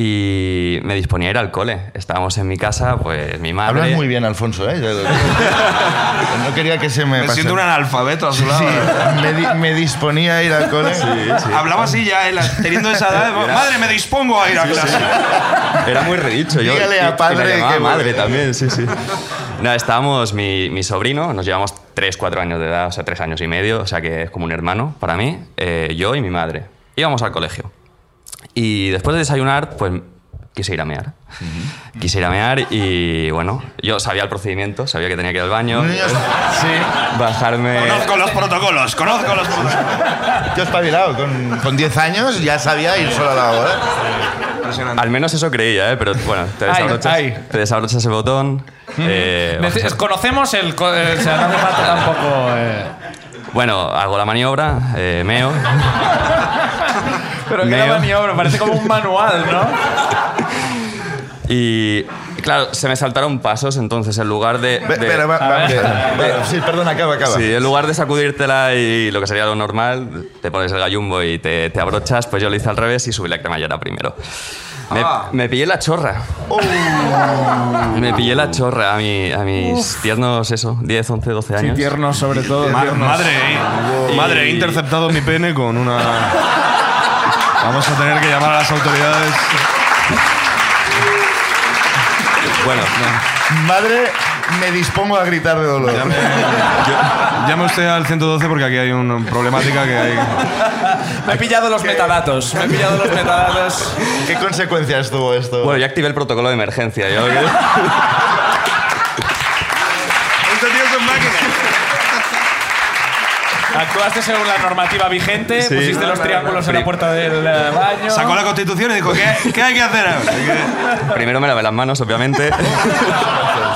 Speaker 3: Y me disponía a ir al cole. Estábamos en mi casa, pues mi madre...
Speaker 2: Hablas muy bien, Alfonso, ¿eh? No quería que se me,
Speaker 4: Me
Speaker 2: pase.
Speaker 4: siento un analfabeto a su
Speaker 2: Sí,
Speaker 4: lado.
Speaker 2: me, di- me disponía a ir al cole.
Speaker 4: Hablaba así ya, él, teniendo esa edad.
Speaker 3: Mira.
Speaker 4: Madre, me dispongo a ir a clase.
Speaker 3: Era muy redicho. Yo,
Speaker 2: Dígale
Speaker 3: y-
Speaker 2: a
Speaker 3: y me
Speaker 2: padre
Speaker 3: llamaba
Speaker 2: que-
Speaker 3: madre también, sí, sí. No, estábamos mi, mi sobrino, nos llevamos 3, 4 años de edad, o sea, 3 años y medio, o sea que es como un hermano para mí, eh, yo y mi madre. Íbamos al colegio. Y después de desayunar, pues quise ir a mear. Quise ir a mear y bueno, yo sabía el procedimiento, sabía que tenía que ir al baño,
Speaker 2: Niños, sí.
Speaker 3: bajarme...
Speaker 4: Conozco los protocolos, conozco los protocolos.
Speaker 2: Yo espabilado, con, con 10 años ya sabía ir solo a la ¿eh? hora.
Speaker 4: Impresionante.
Speaker 3: Al menos eso creía, ¿eh? pero bueno, te
Speaker 1: Ay,
Speaker 3: desabrochas,
Speaker 1: ay.
Speaker 3: te desabrochas el botón. eh, bajas
Speaker 1: Deci- Conocemos el. co- eh, o sea, no hace falta tampoco. eh.
Speaker 3: Bueno, hago la maniobra, eh, meo.
Speaker 1: Pero qué
Speaker 3: Meo.
Speaker 1: maniobra, parece como un manual, ¿no?
Speaker 3: Y claro, se me saltaron pasos, entonces en lugar de.
Speaker 2: Ve-
Speaker 3: de-
Speaker 2: Espera, va-
Speaker 1: a
Speaker 2: va-
Speaker 1: ver.
Speaker 2: espera. Bueno, sí, perdona, acaba, acaba.
Speaker 3: Sí, en lugar de sacudírtela y lo que sería lo normal, te pones el gallumbo y te, te abrochas, pues yo lo hice al revés y subí la cremallera primero. Me,
Speaker 4: Ah.
Speaker 3: me pillé la chorra.
Speaker 2: Oh.
Speaker 3: Me pillé la chorra a, mi- a mis tiernos, eso, 10, 11, 12 años.
Speaker 1: Tiernos, sobre todo.
Speaker 4: Ma- madre,
Speaker 3: Y-
Speaker 4: madre, he interceptado mi pene con una. Vamos a tener que llamar a las autoridades.
Speaker 3: Bueno,
Speaker 2: Madre, me dispongo a gritar de dolor.
Speaker 4: Llame, llame usted al 112 porque aquí hay una problemática que hay.
Speaker 1: Me he pillado los metadatos. Me he pillado los metadatos.
Speaker 2: ¿Qué consecuencias tuvo esto?
Speaker 3: bueno, yo activé el protocolo de emergencia. Yo,
Speaker 2: este tío es un máquina.
Speaker 1: Actuaste según la normativa vigente,
Speaker 3: Sí.
Speaker 1: pusiste los triángulos en la puerta del eh, baño.
Speaker 4: Sacó la constitución y dijo: ¿Qué, qué hay que hacer ahora?
Speaker 3: primero me lavé las manos, obviamente.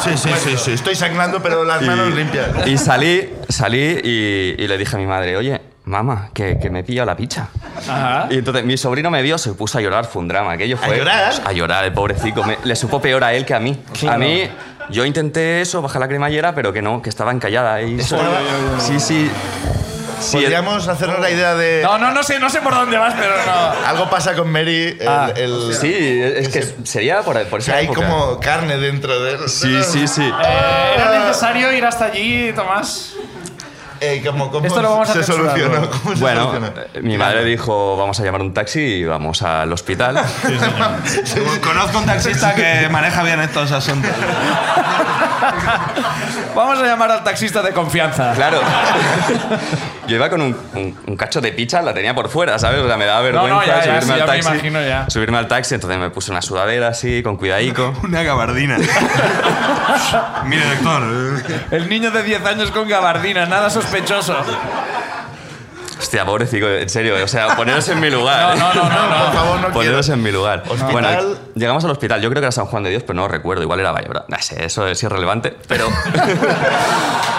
Speaker 2: Sí, sí, sí, sí. Estoy sangrando, pero las manos limpias.
Speaker 3: pues, Y salí, salí y, y le dije a mi madre, oye, mamá, que, que me he pillado la picha.
Speaker 1: Ajá.
Speaker 3: Y entonces mi sobrino me vio, se puso a llorar, fue un drama. Aquello fue.
Speaker 2: llorar?
Speaker 3: A llorar, el pobrecito. Me- le supo peor a él que a mí. A mí, yo intenté eso, bajar la cremallera, pero que no, que estaba encallada. Y eso- Sí, sí. Sí, el-
Speaker 2: Podríamos hacernos la idea de...
Speaker 1: No, no, no sé, no sé por dónde vas, pero no.
Speaker 2: Algo pasa con Mary. El,
Speaker 1: Ah,
Speaker 2: el-
Speaker 3: sí, es que sería por, por
Speaker 2: que
Speaker 3: esa
Speaker 2: hay
Speaker 3: época.
Speaker 2: como carne dentro de...
Speaker 3: Sí, sí, sí.
Speaker 1: Eh, ¿Era necesario ir hasta allí, Tomás?
Speaker 2: Eh, como, como
Speaker 1: Esto lo vamos a
Speaker 2: se
Speaker 1: censurar
Speaker 2: solucionó.
Speaker 1: luego.
Speaker 2: ¿Cómo se
Speaker 3: Bueno,
Speaker 2: solucionó?
Speaker 3: eh, mi madre dijo, vamos a llamar un taxi y vamos al hospital.
Speaker 4: Conozco un taxista que maneja bien estos asuntos.
Speaker 1: Vamos a llamar al taxista de confianza.
Speaker 3: Claro. Yo iba con un, un- un cacho de picha, la tenía por fuera, ¿sabes? O sea, me daba vergüenza
Speaker 1: no, ya, ya,
Speaker 3: subirme
Speaker 1: sí,
Speaker 3: al
Speaker 1: ya me
Speaker 3: taxi.
Speaker 1: imagino, ya.
Speaker 3: Subirme al taxi, entonces me puse una sudadera así, con cuidadico.
Speaker 4: Una gabardina. Mire, doctor. eh,
Speaker 1: El niño de 10 años con gabardina, nada sospechoso.
Speaker 3: Hostia, pobrecito, en serio, o sea, poneros en mi lugar. ¿eh?
Speaker 1: No, no, no, no.
Speaker 2: Por favor, no quiero.
Speaker 3: Poneros en mi lugar.
Speaker 2: Hospital.
Speaker 3: Bueno, llegamos al hospital. Yo creo que era San Juan de Dios, pero no lo recuerdo. Igual era Vallebra. No sé, eso es irrelevante. Pero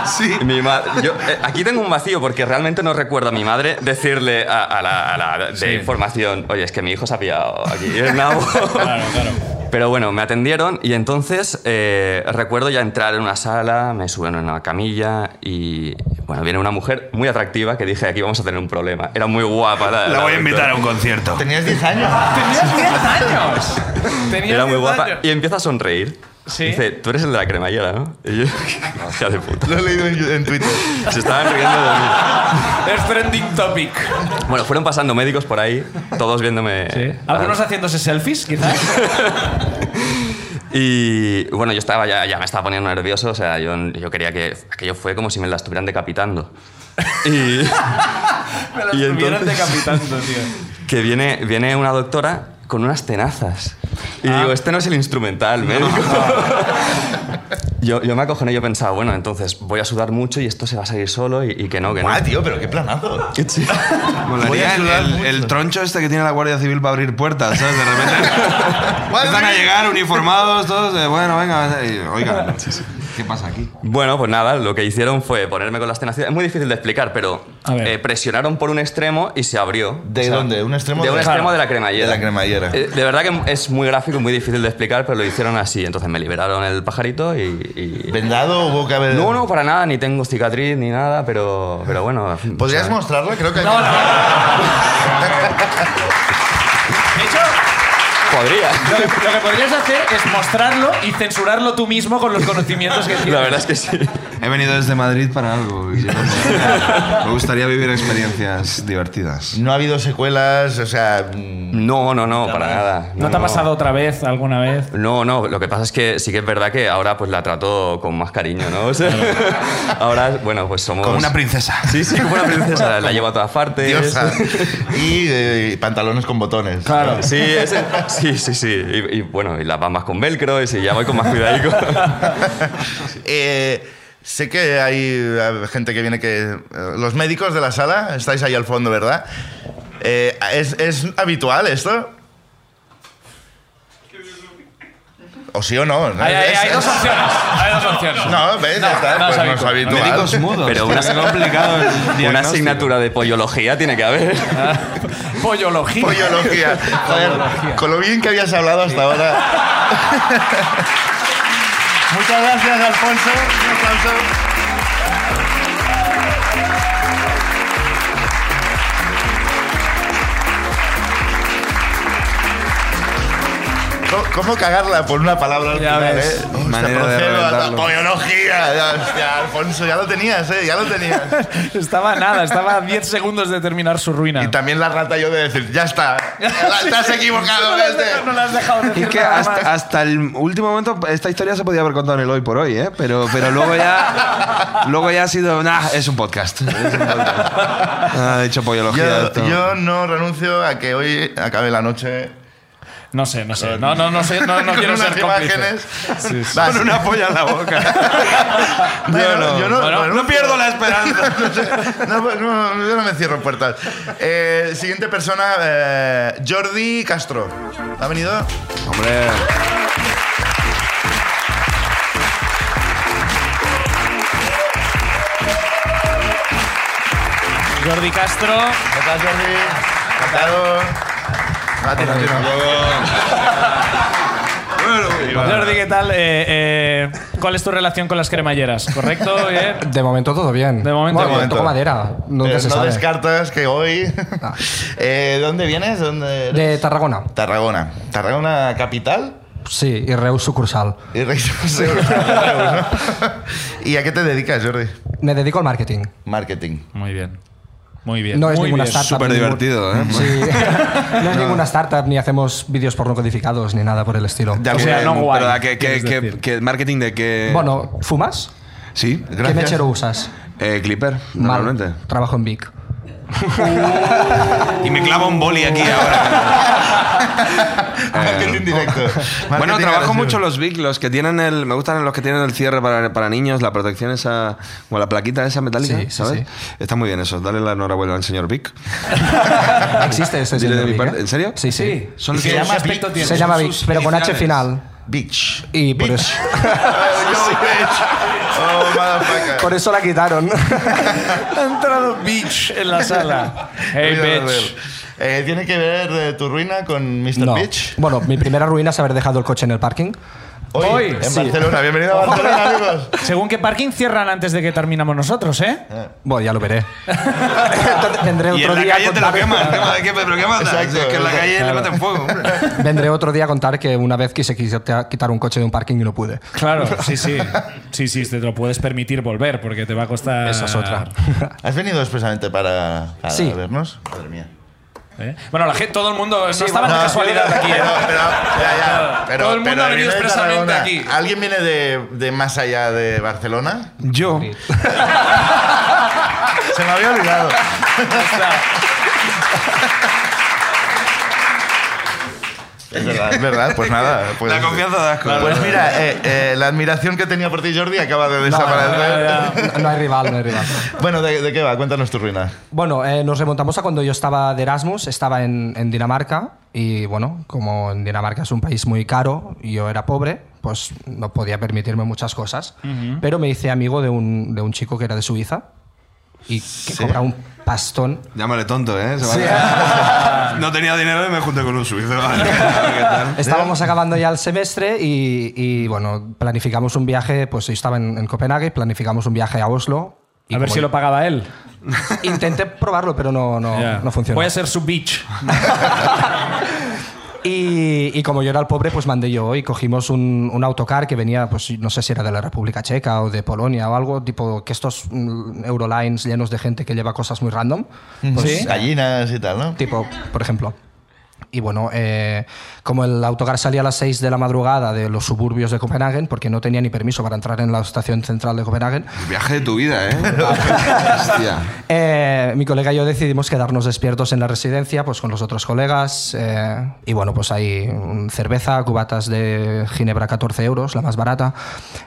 Speaker 4: Sí.
Speaker 3: mi ma- yo, eh, aquí tengo un vacío porque realmente no recuerdo a mi madre decirle a, a la, a la de información, oye, es que mi hijo se ha pillado aquí en nabo.
Speaker 1: Claro, claro.
Speaker 3: Pero bueno, me atendieron y entonces eh, recuerdo ya entrar en una sala, me suben a una camilla y bueno, viene una mujer muy atractiva que dije, aquí vamos a tener un problema. Era muy guapa. La,
Speaker 4: La voy a
Speaker 3: doctora.
Speaker 4: invitar a un concierto.
Speaker 2: Tenías 10 años.
Speaker 1: Tenías 10 años. Tenías
Speaker 3: Era muy
Speaker 1: 10
Speaker 3: guapa
Speaker 1: años.
Speaker 3: y empieza a sonreír.
Speaker 1: Sí.
Speaker 3: Dice, tú eres el de la cremallera, ¿no? Y yo, hija de puta.
Speaker 2: Lo he leído en, en Twitter.
Speaker 3: Se estaban riendo de mí.
Speaker 1: Es trending topic.
Speaker 3: Bueno, fueron pasando médicos por ahí, todos viéndome.
Speaker 1: Algunos haciéndose selfies, quizás.
Speaker 3: Y bueno, yo estaba ya, ya me estaba poniendo nervioso, o sea, yo, yo quería que aquello fue como si me la estuvieran decapitando. Y
Speaker 1: Me los
Speaker 3: Y
Speaker 1: estuvieron
Speaker 3: entonces-
Speaker 1: decapitando, tío.
Speaker 3: que viene, viene una doctora con unas tenazas. Y digo, este no es el instrumental, médico. Yo, yo me acojoné y yo pensaba, bueno, entonces voy a sudar mucho y esto se va a salir solo y, y que no, que no.
Speaker 2: Guau, tío, pero qué planazo.
Speaker 3: Sí.
Speaker 2: Voy
Speaker 4: Molaría
Speaker 2: a
Speaker 4: el,
Speaker 2: sudar
Speaker 4: el-
Speaker 2: mucho.
Speaker 4: el troncho este que tiene la Guardia Civil para abrir puertas, ¿sabes? De repente empiezan a
Speaker 2: mía.
Speaker 4: llegar uniformados todos de, bueno, venga, y, oiga, ¿qué pasa aquí?
Speaker 3: Bueno, pues nada, lo que hicieron fue ponerme con las tenazas. Es muy difícil de explicar, pero
Speaker 1: A ver.
Speaker 3: eh, presionaron por un extremo y se abrió.
Speaker 2: ¿De
Speaker 3: O sea,
Speaker 2: dónde? ¿Un extremo
Speaker 3: De
Speaker 2: de
Speaker 3: un
Speaker 2: la-
Speaker 3: extremo de la cremallera.
Speaker 2: De la cremallera.
Speaker 3: Eh, de verdad que es muy gráfico, y muy difícil de explicar, pero lo hicieron así. Entonces me liberaron el pajarito y... y-
Speaker 2: ¿Vendado o boca verde?
Speaker 3: No, no, para nada, ni tengo cicatriz ni nada, pero, pero bueno...
Speaker 2: ¿Podrías
Speaker 3: o sea,
Speaker 2: mostrarlo? Creo que hay-
Speaker 1: No, no. De hecho,
Speaker 3: Podría.
Speaker 1: lo que, lo que podrías hacer es mostrarlo y censurarlo tú mismo con los conocimientos que tienes.
Speaker 3: La verdad es que sí.
Speaker 4: He venido desde Madrid para algo. y- Me gustaría vivir experiencias divertidas.
Speaker 2: No ha habido secuelas, o sea... mm,
Speaker 3: No, no, no, para nada.
Speaker 1: ¿No te ha pasado otra vez, alguna vez?
Speaker 3: No, no, lo que pasa es que sí que es verdad que ahora pues la trato con más cariño, ¿no? O sea, ahora, bueno, pues somos...
Speaker 4: Como una princesa.
Speaker 3: Sí, sí, como una princesa. La llevo a todas partes.
Speaker 2: Diosa. y eh, pantalones con botones.
Speaker 1: Claro.
Speaker 3: Sí, ese- sí, sí, sí. Y, y, bueno, y las bambas con velcro, y sí, ya voy con más cuidadico.
Speaker 2: Eh, sé que hay eh, gente que viene que... eh, Los médicos de la sala, estáis ahí al fondo, ¿verdad? Eh, ¿es, es habitual esto? ¿O sí o no?
Speaker 1: Hay, hay-
Speaker 2: Es-
Speaker 1: hay dos opciones. Hay dos opciones.
Speaker 2: No, ves, ya está,
Speaker 1: no es
Speaker 2: pues no es
Speaker 1: habitual.
Speaker 2: habitual.
Speaker 4: Médicos mudos.
Speaker 3: Pero
Speaker 4: Qué
Speaker 3: una,
Speaker 4: complicado el
Speaker 3: una
Speaker 4: diagnóstico.
Speaker 3: asignatura de poliología tiene que haber.
Speaker 1: Pollología.
Speaker 2: Pollología. Joder, con lo bien que habías hablado hasta ahora. Muchas gracias, Alfonso. Un aplauso. ¿Cómo cagarla por una palabra al
Speaker 4: Ya
Speaker 2: final,
Speaker 4: ves,
Speaker 2: eh? Hostia,
Speaker 4: manera de
Speaker 2: procedo a la
Speaker 4: reventarlo.
Speaker 2: pollología. Ya, Hostia, Alfonso, ya lo tenías, eh, ya lo tenías.
Speaker 1: Estaba nada, estaba a 10 segundos de terminar su ruina.
Speaker 2: Y también la rata yo de decir, ya está, te has equivocado. este. que
Speaker 1: no, la has
Speaker 2: es de-
Speaker 1: dejado, no la has dejado
Speaker 4: Y
Speaker 1: decir
Speaker 4: que
Speaker 1: nada
Speaker 4: hasta,
Speaker 1: más.
Speaker 4: hasta el último momento esta historia se podía haber contado en el hoy por hoy, ¿eh? Pero, pero luego ya luego ya ha sido, nah, es un podcast. Es un podcast. Ah, he hecho pollología de
Speaker 2: Yo,
Speaker 4: esto.
Speaker 2: yo no renuncio a que hoy acabe la noche
Speaker 1: No sé, no sé. No, no, no sé. No, no
Speaker 2: con
Speaker 1: quiero
Speaker 2: unas
Speaker 1: ser cómplice.
Speaker 2: imágenes. Vas.
Speaker 4: Con una polla en la boca.
Speaker 2: Bueno,
Speaker 4: no.
Speaker 2: yo no,
Speaker 1: Bueno,
Speaker 2: renuncio.
Speaker 4: No pierdo la esperanza.
Speaker 2: No sé, no, pues, no, yo no me cierro puertas. Eh, siguiente persona, eh, Jordi Castro. ¿Ha venido?
Speaker 4: Hombre.
Speaker 1: Jordi Castro.
Speaker 2: ¿Qué tal, Jordi? Encantado. Va, tira, tira.
Speaker 1: Jordi, ¿qué tal? Eh, eh, ¿Cuál es tu relación con las cremalleras? ¿Correcto? ¿Bien?
Speaker 5: De momento todo bien.
Speaker 1: De momento,
Speaker 5: Bueno,
Speaker 1: de
Speaker 2: momento.
Speaker 5: Toco madera. Nunca
Speaker 2: Eh,
Speaker 5: se
Speaker 2: no
Speaker 5: sabe.
Speaker 2: descartas que hoy.
Speaker 5: Ah.
Speaker 2: Eh, ¿Dónde vienes? ¿Dónde eres?
Speaker 5: De Tarragona.
Speaker 2: Tarragona. ¿Tarragona capital?
Speaker 5: Sí, y Reus sucursal.
Speaker 2: Y Reus, sí, Reus, ¿no? ¿Y a qué te dedicas, Jordi?
Speaker 5: Me dedico al marketing.
Speaker 2: Marketing.
Speaker 1: Muy bien. Muy bien.
Speaker 5: No es
Speaker 1: Muy
Speaker 5: ninguna
Speaker 1: bien.
Speaker 5: startup.
Speaker 4: Súper
Speaker 5: ningún-
Speaker 4: divertido, ¿eh?
Speaker 5: Sí. no es ninguna startup, ni hacemos vídeos porno codificados, ni nada por el estilo.
Speaker 2: De
Speaker 1: O
Speaker 2: algún-
Speaker 1: sea, no guay,
Speaker 4: Pero, ¿qué, qué,
Speaker 1: quieres
Speaker 4: qué-
Speaker 1: decir.
Speaker 4: qué marketing de qué?
Speaker 5: Bueno, ¿fumas?
Speaker 4: Sí,
Speaker 5: ¿Qué
Speaker 2: Gracias.
Speaker 5: mechero usas?
Speaker 4: eh, Clipper,
Speaker 5: Mal.
Speaker 4: normalmente.
Speaker 5: Trabajo en Vic.
Speaker 4: Y me clava un boli aquí ahora.
Speaker 2: Ah, Marketing directo.
Speaker 4: bueno,
Speaker 2: Marketing
Speaker 4: trabajo
Speaker 2: agresivo.
Speaker 4: mucho los big, los que tienen el. Me gustan los que tienen el cierre para, para niños, la protección esa. Como la plaquita esa metálica,
Speaker 5: Sí, sí,
Speaker 4: ¿sabes?
Speaker 5: sí.
Speaker 4: Está muy bien eso. Dale la enhorabuena al señor Vic.
Speaker 5: Existe este
Speaker 4: Ah, Dile de
Speaker 5: señor
Speaker 4: mi
Speaker 5: Vic,
Speaker 4: parte-
Speaker 5: ¿eh?
Speaker 4: ¿en serio?
Speaker 5: Sí, sí.
Speaker 4: Son
Speaker 1: ¿Qué
Speaker 4: los-
Speaker 1: aspecto tiene?
Speaker 5: Se llama Vic,
Speaker 1: Sus
Speaker 5: pero con H
Speaker 1: iniciales.
Speaker 5: final.
Speaker 2: Bitch.
Speaker 5: Y por eso,
Speaker 2: Oh, yo, bitch. Oh, motherfucker.
Speaker 5: por eso la quitaron.
Speaker 1: Ha entrado Bitch en la sala. Hey,
Speaker 2: Olvídalo de
Speaker 1: Bitch.
Speaker 2: él. Eh, ¿Tiene que ver eh, tu ruina con Mr.
Speaker 5: No.
Speaker 2: Bitch?
Speaker 5: Bueno, mi primera ruina es haber dejado el coche en el parking.
Speaker 2: Hoy,
Speaker 1: Hoy,
Speaker 2: en
Speaker 1: sí.
Speaker 2: Barcelona. Bienvenido a Barcelona, amigos.
Speaker 1: Según que parking cierran antes de que terminamos nosotros, ¿eh?
Speaker 5: Bueno, ya lo veré. Entonces, vendré
Speaker 4: Y
Speaker 5: otro
Speaker 4: en la
Speaker 5: día a
Speaker 4: calle te lo
Speaker 5: contar-
Speaker 4: queman. ¿Qué más- qué- ¿Pero qué más? da?
Speaker 2: Exacto,
Speaker 4: Si es que en la
Speaker 2: exacto.
Speaker 4: calle le meten fuego. hombre.
Speaker 5: Vendré otro día a contar que una vez quise quita- quitar un coche de un parking y no pude.
Speaker 1: Claro, sí, sí. Sí, sí, te lo puedes permitir volver porque te va a costar.
Speaker 5: Esa es otra.
Speaker 2: ¿Has venido expresamente para, para
Speaker 5: Sí.
Speaker 2: vernos? Madre mía.
Speaker 1: ¿Eh? Bueno, la gente, todo el mundo. No estaba
Speaker 2: No,
Speaker 1: de casualidad
Speaker 2: pero-
Speaker 1: aquí, ¿eh?
Speaker 2: Pero, pero- ya, ya, pero-
Speaker 1: Todo el mundo
Speaker 2: pero
Speaker 1: ha venido
Speaker 2: viene de
Speaker 1: expresamente
Speaker 2: Tarragona.
Speaker 1: aquí.
Speaker 2: ¿Alguien viene de, de más allá de Barcelona?
Speaker 4: Yo.
Speaker 2: Se me había olvidado. es verdad, es verdad. Pues nada. Pues,
Speaker 4: La confianza da asco.
Speaker 2: Pues mira, eh, eh, la admiración que tenía por ti, Jordi, acaba de
Speaker 5: No,
Speaker 2: desaparecer.
Speaker 5: no, no hay rival, no hay rival.
Speaker 2: Bueno, ¿de, de qué va? Cuéntanos tu ruina.
Speaker 5: Bueno, eh, nos remontamos a cuando yo estaba de Erasmus, estaba en, en Dinamarca y bueno, como en Dinamarca es un país muy caro y yo era pobre, pues no podía permitirme muchas cosas, pero me hice amigo de un, de un chico que era de Suiza y que cobraba un pastón.
Speaker 4: Llámale tonto, ¿eh? Se va a- no tenía dinero y me junté con un suizo. Vale, ¿Qué tal?
Speaker 5: Estábamos acabando ya el semestre y, y, bueno, planificamos un viaje, pues yo estaba en, en Copenhague, planificamos un viaje a Oslo. y
Speaker 1: A ver
Speaker 5: como
Speaker 1: si lo pagaba él.
Speaker 5: Intenté probarlo, pero no, no,
Speaker 1: Ya.
Speaker 5: no funcionó.
Speaker 1: Voy a ser su bitch.
Speaker 5: Y, y como yo era el pobre, pues mandé yo y cogimos un, un autocar que venía, pues no sé si era de la República Checa o de Polonia o algo, tipo que estos mm, Eurolines llenos de gente que lleva cosas muy random. Pues,
Speaker 1: Sí.
Speaker 2: Gallinas y tal, ¿no?
Speaker 5: Tipo, por ejemplo. Y bueno, eh, como el autocar salía a las 6 de la madrugada de los suburbios de Copenhague, porque no tenía ni permiso para entrar en la estación central de Copenhague,
Speaker 4: El viaje de tu vida, ¿eh? Hostia.
Speaker 5: eh, mi colega y yo decidimos quedarnos despiertos en la residencia, pues con los otros colegas. eh, y bueno, pues hay mm, cerveza, cubatas de Ginebra 14 euros, la más barata.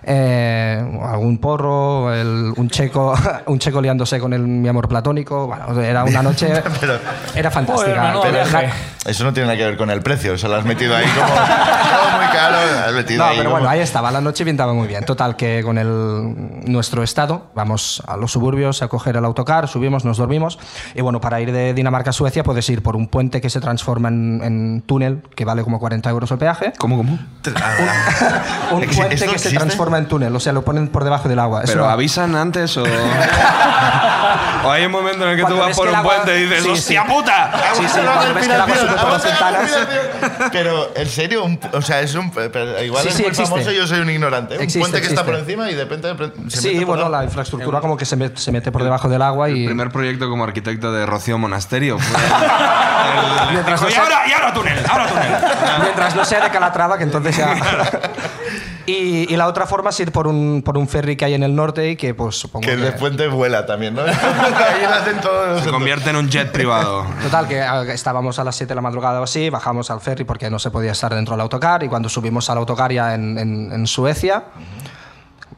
Speaker 5: eh, algún porro, el- un checo, un checo liándose con el, mi amor platónico. Bueno, era una noche.
Speaker 2: Pero-
Speaker 1: Joder,
Speaker 5: era fantástica.
Speaker 1: menudo
Speaker 5: Pero-
Speaker 1: viaje.
Speaker 2: Eso no tiene nada que ver con el precio, eso lo has metido ahí como, como muy caro. Has metido
Speaker 5: No,
Speaker 2: ahí
Speaker 5: pero
Speaker 2: como-
Speaker 5: bueno, ahí estaba, la noche pintaba muy bien. Total, que con el, nuestro estado vamos a los suburbios a coger el autocar, subimos, nos dormimos. Y bueno, para ir de Dinamarca a Suecia puedes ir por un puente que se transforma en, en túnel, que vale como 40 euros el peaje.
Speaker 4: ¿Cómo, cómo?
Speaker 5: Un
Speaker 2: ¿Exi-
Speaker 5: puente que
Speaker 2: esto
Speaker 5: se
Speaker 2: existe?
Speaker 5: transforma en túnel, o sea, lo ponen por debajo del agua. Es
Speaker 4: ¿Pero
Speaker 5: una-
Speaker 4: avisan antes o...? O hay un momento en el que
Speaker 5: Cuando
Speaker 4: tú vas
Speaker 5: ves
Speaker 4: por
Speaker 5: que
Speaker 4: un
Speaker 5: el agua-
Speaker 4: puente y dices,
Speaker 5: Sí, sí.
Speaker 4: ¡hostia puta!
Speaker 5: Sí, sí, cuando ves que el agua sube por las ventanas.
Speaker 2: Pero, en serio, un- o sea, es un. pero igual
Speaker 5: Sí,
Speaker 2: es
Speaker 5: sí,
Speaker 2: muy
Speaker 5: existe.
Speaker 2: famoso y yo soy un ignorante.
Speaker 5: Existe,
Speaker 2: un puente que está
Speaker 5: existe.
Speaker 2: por encima y de repente. se mete
Speaker 5: Sí,
Speaker 2: por
Speaker 5: bueno,
Speaker 2: abajo.
Speaker 5: la infraestructura como que se, met- se mete por debajo del agua y...
Speaker 4: El primer proyecto como arquitecto de Rocío Monasterio. fue-
Speaker 5: Mientras no
Speaker 4: y
Speaker 5: sea-
Speaker 4: ahora, y ahora túnel, ahora túnel.
Speaker 5: Mientras no sea de Calatrava, que entonces ya. Y, y la otra forma es ir por un, por un ferry que hay en el norte y que, pues supongo
Speaker 2: Que
Speaker 5: que.
Speaker 2: el puente vuela también, ¿no? Ahí lo hacen todos.
Speaker 4: Se convierte en un jet privado.
Speaker 5: Total, que ah, estábamos a las 7 de la madrugada o así, bajamos al ferry porque no se podía estar dentro del autocar y cuando subimos al autocar ya en, en- en Suecia,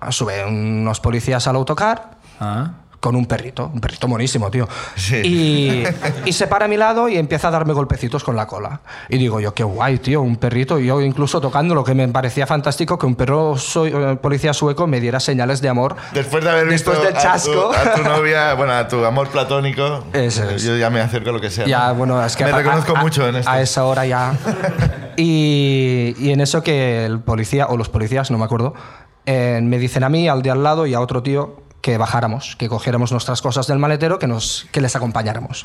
Speaker 5: suben unos policías al autocar
Speaker 1: Ah.
Speaker 5: con un perrito, un perrito monísimo, tío. Y, y se para a mi lado y empieza a darme golpecitos con la cola. Y digo yo, qué guay, tío, un perrito. Y yo incluso tocando lo que me parecía fantástico, que un perro soy- eh, policía sueco me diera señales de amor.
Speaker 2: Después de haber visto
Speaker 5: Después del chasco.
Speaker 2: A, tu, a tu novia, bueno, a tu amor platónico,
Speaker 5: Eso es.
Speaker 2: yo ya me acerco a lo que sea.
Speaker 5: Ya,
Speaker 2: ¿no?
Speaker 5: bueno, es que...
Speaker 2: Me
Speaker 5: a-
Speaker 2: reconozco
Speaker 5: a- a-
Speaker 2: mucho en esto.
Speaker 5: A esa hora ya. Y, y en eso que el policía, o los policías, no me acuerdo, eh, me dicen a mí, al de al lado y a otro tío que bajáramos, que cogiéramos nuestras cosas del maletero, que, nos, que les acompañáramos.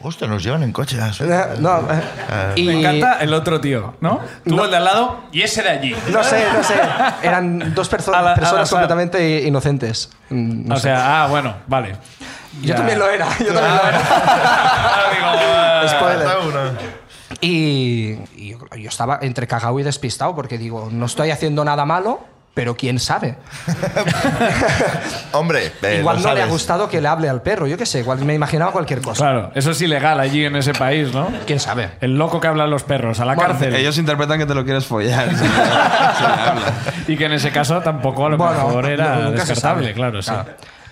Speaker 2: Hostia, nos llevan en coche. ah, sí.
Speaker 5: No, eh, y-
Speaker 1: Me encanta el otro tío, ¿no? Tú el de al lado y ese de allí.
Speaker 5: No sé, no sé. Eran dos perso-
Speaker 1: A la- a la
Speaker 5: personas
Speaker 1: sal.
Speaker 5: completamente i- inocentes. Mm, no
Speaker 1: o
Speaker 5: sé.
Speaker 1: sea, ah, bueno, vale.
Speaker 5: yo
Speaker 1: ya.
Speaker 5: también lo era. Yo también lo era. Ah,
Speaker 1: Ahora digo, eh,
Speaker 5: Spoiler.
Speaker 2: Hasta uno.
Speaker 5: Y, y yo, yo estaba entre cagao y despistado porque digo, no estoy haciendo nada malo, pero quién sabe.
Speaker 2: Hombre, eh,
Speaker 5: igual
Speaker 2: lo
Speaker 5: no le ha
Speaker 2: sabes.
Speaker 5: gustado que le hable al perro, yo qué sé, igual me imaginaba cualquier cosa.
Speaker 1: Claro, eso es ilegal allí en ese país, ¿no?
Speaker 5: ¿Quién sabe?
Speaker 1: El loco que hablan los perros, a la
Speaker 5: Bueno,
Speaker 1: cárcel.
Speaker 4: Ellos interpretan que te lo quieres follar. si le- si le hablas.
Speaker 1: Y que en ese caso tampoco a lo mejor era
Speaker 5: no, nunca se
Speaker 1: descartable,
Speaker 5: sabe.
Speaker 1: claro, sí.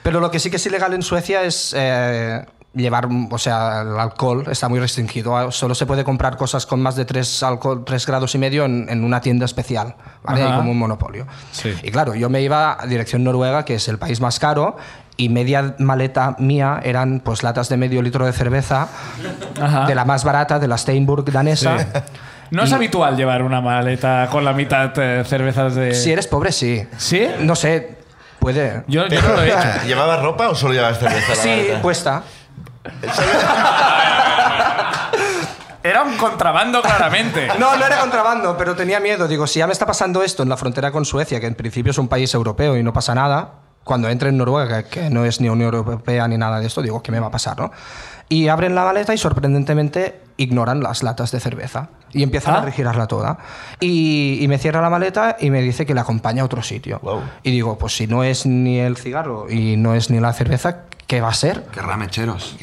Speaker 5: Pero lo que sí que es ilegal en Suecia es eh, llevar, o sea, el alcohol está muy restringido. Ah, Solo se puede comprar cosas con más de 3, alcohol, tres grados y medio en, en una tienda especial, ¿vale?
Speaker 1: Ajá.
Speaker 5: Hay como un monopolio.
Speaker 1: Sí.
Speaker 5: Y claro, yo me iba a dirección Noruega, que es el país más caro. Y media maleta mía eran pues latas de medio litro de cerveza,
Speaker 1: Ajá.
Speaker 5: de la más barata, de la Steinburg danesa.
Speaker 1: Sí. No es habitual llevar una maleta con la mitad eh, cervezas de.
Speaker 5: Si eres pobre, sí.
Speaker 1: ¿Sí?
Speaker 5: No sé, puede.
Speaker 1: Yo, yo no lo he hecho.
Speaker 2: ¿Llevabas eh, ropa o solo llevabas cerveza? la
Speaker 5: sí, pues,
Speaker 2: maleta?
Speaker 5: cuesta.
Speaker 1: Era un contrabando claramente.
Speaker 5: No, no era contrabando, pero tenía miedo. Digo, si ya me está pasando esto en la frontera con Suecia, que en principio es un país europeo y no pasa nada, cuando entre en Noruega, que, que no es ni Unión Europea ni nada de esto, digo, ¿qué me va a pasar, no? Y abren la maleta y sorprendentemente ignoran las latas de cerveza y empiezan
Speaker 1: Ah.
Speaker 5: a regirarla toda. Y, y me cierra la maleta y me dice que la acompaña a otro sitio.
Speaker 2: Guau.
Speaker 5: Y digo, pues si no es ni el cigarro y no es ni la cerveza, ¿qué va a ser?
Speaker 4: Qué ramecheros.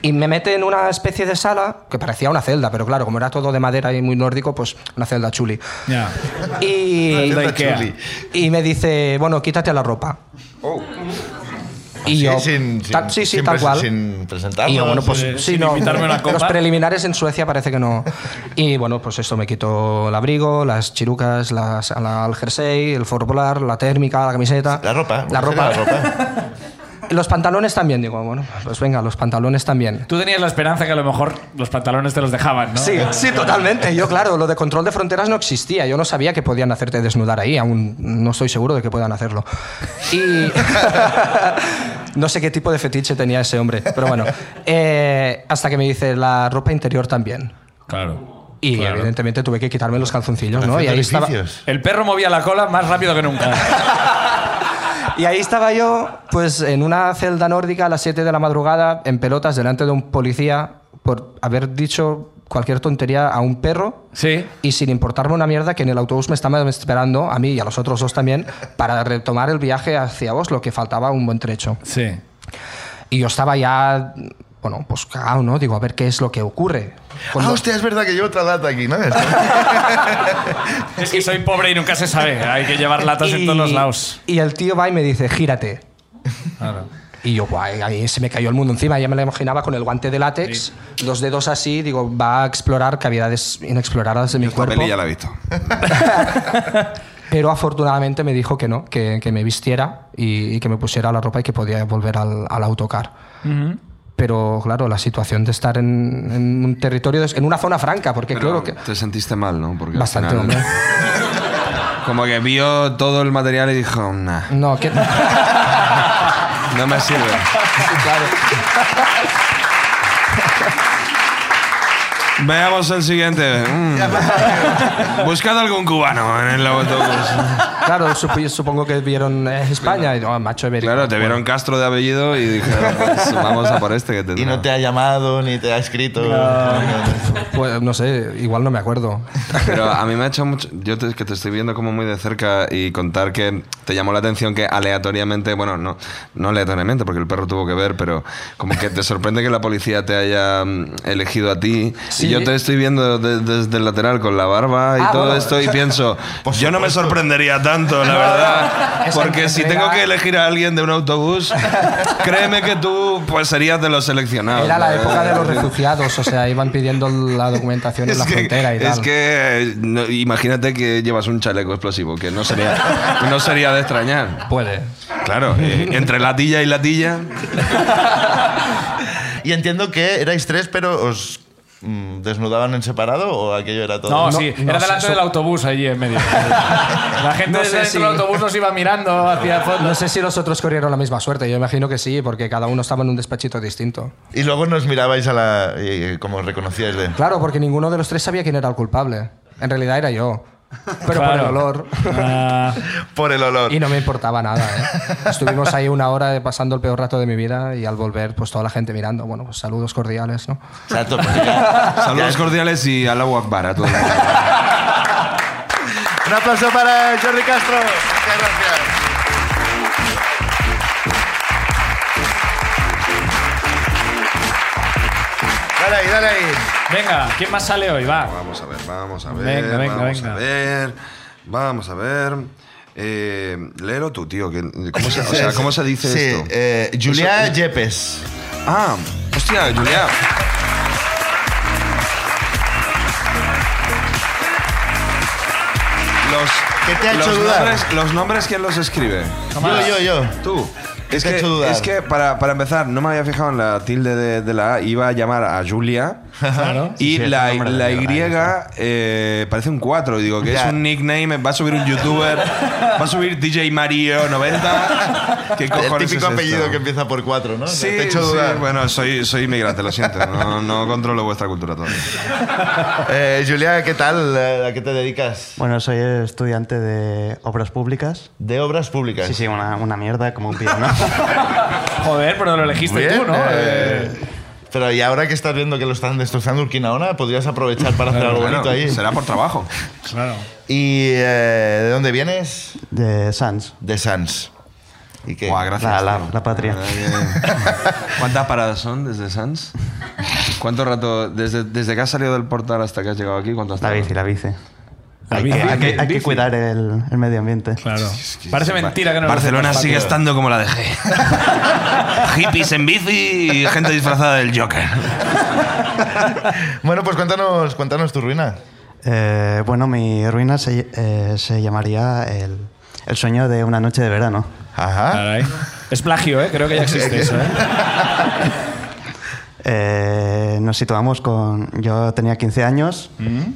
Speaker 5: Y me mete en una especie de sala que parecía una celda, pero claro, como era todo de madera y muy nórdico, pues una celda chuli.
Speaker 1: Ya.
Speaker 5: Y,
Speaker 1: Celda
Speaker 2: Está
Speaker 1: Ikea.
Speaker 2: chuli.
Speaker 5: y me dice, bueno, quítate la ropa. Y
Speaker 2: Sí,
Speaker 5: yo,
Speaker 2: Oh. sin, sin-
Speaker 5: tal- sí, sí,
Speaker 2: sin
Speaker 5: tal
Speaker 2: pres-
Speaker 5: cual.
Speaker 2: Sin presentarnos.
Speaker 5: y yo, bueno, pues
Speaker 1: eh,
Speaker 5: sí,
Speaker 1: sin
Speaker 5: no,
Speaker 1: invitarme a una copa.
Speaker 5: los preliminares en Suecia parece que no. Y bueno, pues esto me quitó el abrigo, las chirucas, las, la- el jersey, el foro polar, la térmica, la camiseta.
Speaker 2: La ropa.
Speaker 5: La
Speaker 2: ¿cómo sería
Speaker 5: ropa.
Speaker 2: La ropa.
Speaker 5: Los pantalones también, digo, bueno, pues venga, los pantalones también.
Speaker 1: Tú tenías la esperanza que a lo mejor los pantalones te los dejaban, ¿no?
Speaker 5: Sí, sí, totalmente. Yo, claro, lo de control de fronteras no existía. Yo no sabía que podían hacerte desnudar ahí. Aún no estoy seguro de que puedan hacerlo. Y no sé qué tipo de fetiche tenía ese hombre, pero bueno. Eh, hasta que me dice la ropa interior también.
Speaker 1: Claro.
Speaker 5: Y
Speaker 1: Claro.
Speaker 5: evidentemente tuve que quitarme los calzoncillos, ¿no? Y ahí,
Speaker 2: Haciendo
Speaker 5: estaba,
Speaker 2: orificios.
Speaker 1: El perro movía la cola más rápido que nunca.
Speaker 5: y ahí estaba yo, pues en una celda nórdica a las 7 de la madrugada, en pelotas, delante de un policía, por haber dicho cualquier tontería a un perro
Speaker 1: Sí.
Speaker 5: y sin importarme una mierda que en el autobús me estaban esperando, a mí y a los otros dos también, para retomar el viaje hacia Oslo, que faltaba un buen trecho.
Speaker 1: Sí.
Speaker 5: Y yo estaba ya, bueno, pues cagado, ¿no? Digo, a ver qué es lo que ocurre.
Speaker 2: Ah,
Speaker 5: Cuando-
Speaker 2: hostia, es verdad que llevo otra lata aquí, ¿no?
Speaker 1: Es que soy pobre y nunca se sabe. Hay que llevar latas en
Speaker 5: y-
Speaker 1: todos los lados.
Speaker 5: Y el tío va y me dice, gírate.
Speaker 1: Claro.
Speaker 5: Y yo, guay, ahí se me cayó el mundo encima. Ya me lo imaginaba con el guante de látex, los dedos así, digo, va a explorar cavidades inexploradas de mi
Speaker 4: Esta
Speaker 5: cuerpo.
Speaker 4: peli ya la he visto.
Speaker 5: Pero afortunadamente me dijo que no, que, que me vistiera y, y que me pusiera la ropa y que podía volver al, al autocar. Pero claro, la situación de estar en, en un territorio, des- en una zona franca, porque claro
Speaker 4: Pero
Speaker 5: que...
Speaker 4: Te sentiste mal, ¿no? Porque al
Speaker 5: Bastante,
Speaker 4: final-
Speaker 5: hombre.
Speaker 4: Como que vio todo el material y dijo, nah.
Speaker 5: No, que...
Speaker 4: No me sirve. Veamos el siguiente. Mm. Buscad algún cubano en el autobús.
Speaker 5: Claro, sup- supongo que vieron eh, España y no, macho ibérico.
Speaker 4: Claro, te vieron Castro de apellido y dijeron, "Pues vamos a por este que tendrá".
Speaker 2: Y no te ha llamado ni te ha escrito.
Speaker 5: Pues no sé, igual no me acuerdo.
Speaker 4: Pero a mí me ha hecho mucho. Yo te- que te estoy viendo como muy de cerca y contar que te llamó la atención que aleatoriamente, bueno, no, no aleatoriamente, porque el perro tuvo que ver, pero como que te sorprende que la policía te haya mm, elegido a ti.
Speaker 5: Sí.
Speaker 4: Y yo te estoy viendo de- desde el lateral con la barba y
Speaker 5: Ah,
Speaker 4: todo
Speaker 5: bueno.
Speaker 4: esto y pienso,
Speaker 2: Por
Speaker 4: yo no me
Speaker 2: supuesto.
Speaker 4: sorprendería tanto, la verdad.
Speaker 5: Esa
Speaker 4: Porque si
Speaker 5: entrega-
Speaker 4: tengo que elegir a alguien de un autobús, créeme que tú pues serías de los seleccionados.
Speaker 5: Era la
Speaker 4: ¿no?
Speaker 5: época de los refugiados, o sea, iban pidiendo la documentación en la frontera y tal.
Speaker 4: es que, no, imagínate que llevas un chaleco explosivo, que no sería, no sería de extrañar.
Speaker 5: Puede.
Speaker 4: Claro, eh, entre latilla y latilla.
Speaker 2: Y entiendo que erais tres, pero os mm, desnudaban en separado o aquello era todo.
Speaker 1: No,
Speaker 5: No,
Speaker 1: sí,
Speaker 5: no
Speaker 1: era
Speaker 5: sé,
Speaker 1: delante
Speaker 5: eso-
Speaker 1: del autobús allí en medio. La gente
Speaker 5: No
Speaker 1: desde
Speaker 5: sé
Speaker 1: dentro
Speaker 5: si-
Speaker 1: del autobús nos iba mirando hacia el fondo.
Speaker 5: No sé si los otros corrieron la misma suerte, yo imagino que sí, porque cada uno estaba en un despachito distinto.
Speaker 2: Y luego nos mirabais a la. y- y como os reconocíais de.
Speaker 5: Claro, porque ninguno de los tres sabía quién era el culpable. En realidad era yo. Pero por el
Speaker 1: Claro.
Speaker 5: olor.
Speaker 1: Ah,
Speaker 2: Por el olor.
Speaker 5: Y no me importaba nada, ¿eh? Estuvimos ahí una hora pasando el peor rato de mi vida y al volver, pues toda la gente mirando. Bueno, pues saludos cordiales, ¿no?
Speaker 2: Exacto, porque ya-
Speaker 4: Saludos
Speaker 2: ya-
Speaker 4: cordiales y al agua para todo.
Speaker 2: Un aplauso para Jordi Castro. Muchas gracias. Dale ahí, dale ahí.
Speaker 1: venga, ¿quién más sale hoy? Va.
Speaker 4: Vamos a ver, vamos a ver.
Speaker 1: Venga, venga,
Speaker 4: vamos
Speaker 1: venga.
Speaker 4: a ver. Vamos a ver. Eh, léelo tú, tío. que- ¿Cómo se, o sea, ¿cómo se dice
Speaker 2: sí,
Speaker 4: esto?
Speaker 2: eh, Julia Yepes.
Speaker 4: Ah, hostia, Julia. Los,
Speaker 2: ¿Qué te ha hecho
Speaker 4: los
Speaker 2: dudar?
Speaker 4: Nombres, los nombres, ¿quién los escribe?
Speaker 2: Yo, yo, yo.
Speaker 4: Tú. Es
Speaker 2: te ha
Speaker 4: que,
Speaker 2: hecho dudar?
Speaker 4: es que para, para empezar, no me había fijado en la tilde de, de la A. Iba a llamar a Julia.
Speaker 1: Claro.
Speaker 4: Y
Speaker 2: Sí, sí,
Speaker 4: la,
Speaker 2: es un nombre de
Speaker 4: la Y
Speaker 2: mierda,
Speaker 4: eh, parece un 4. Digo, que
Speaker 2: Ya.
Speaker 4: es un nickname. Va a subir un youtuber. va a subir DJ Mario 90. ¿Qué
Speaker 2: El típico
Speaker 4: cojones es esto?
Speaker 2: apellido que empieza por cuatro, ¿no?
Speaker 4: Sí,
Speaker 2: te he hecho dudar.
Speaker 4: sí, bueno, soy, soy inmigrante, lo siento. No, no controlo vuestra cultura todavía.
Speaker 2: Eh, Julia, ¿qué tal? Eh, ¿A qué te dedicas?
Speaker 6: Bueno, soy estudiante de obras públicas.
Speaker 2: De obras públicas.
Speaker 6: Sí, sí, una, una mierda como un piano.
Speaker 1: Joder, pero lo elegiste
Speaker 2: Bien,
Speaker 1: tú, ¿no?
Speaker 2: eh, Pero y ahora que estás viendo que lo están destrozando Urquinaona, podrías aprovechar para hacer algo
Speaker 4: Bueno,
Speaker 2: bonito ahí.
Speaker 4: será por trabajo.
Speaker 1: Claro.
Speaker 2: ¿Y eh, de dónde vienes?
Speaker 6: de Sans.
Speaker 2: De Sans. ¿Y qué?
Speaker 4: Buah, gracias.
Speaker 6: La, la-
Speaker 4: tío.
Speaker 6: la patria.
Speaker 4: ¿Cuántas paradas son desde Sans? ¿Cuánto rato? Desde, desde que has salido del portal hasta que has llegado aquí, ¿cuánto has
Speaker 6: La
Speaker 4: tardado?
Speaker 6: bici, la bici.
Speaker 1: La
Speaker 6: hay,
Speaker 1: bici,
Speaker 6: que, hay que- hay que
Speaker 1: bici.
Speaker 6: cuidar el, el medio ambiente.
Speaker 1: Claro. Parece mentira que no lo
Speaker 4: Barcelona
Speaker 1: hacemos,
Speaker 4: sigue
Speaker 1: Paco.
Speaker 4: estando como la dejé. Hippies en bici y gente disfrazada del Joker.
Speaker 2: Bueno, pues cuéntanos, cuéntanos tu ruina.
Speaker 6: Eh, bueno, mi ruina se, eh, se llamaría el, el sueño de una noche de verano.
Speaker 2: Ajá.
Speaker 1: Caray. Es plagio, ¿eh? Creo que ya existe eso, ¿eh?
Speaker 6: Eh, nos situamos con... Yo tenía 15 años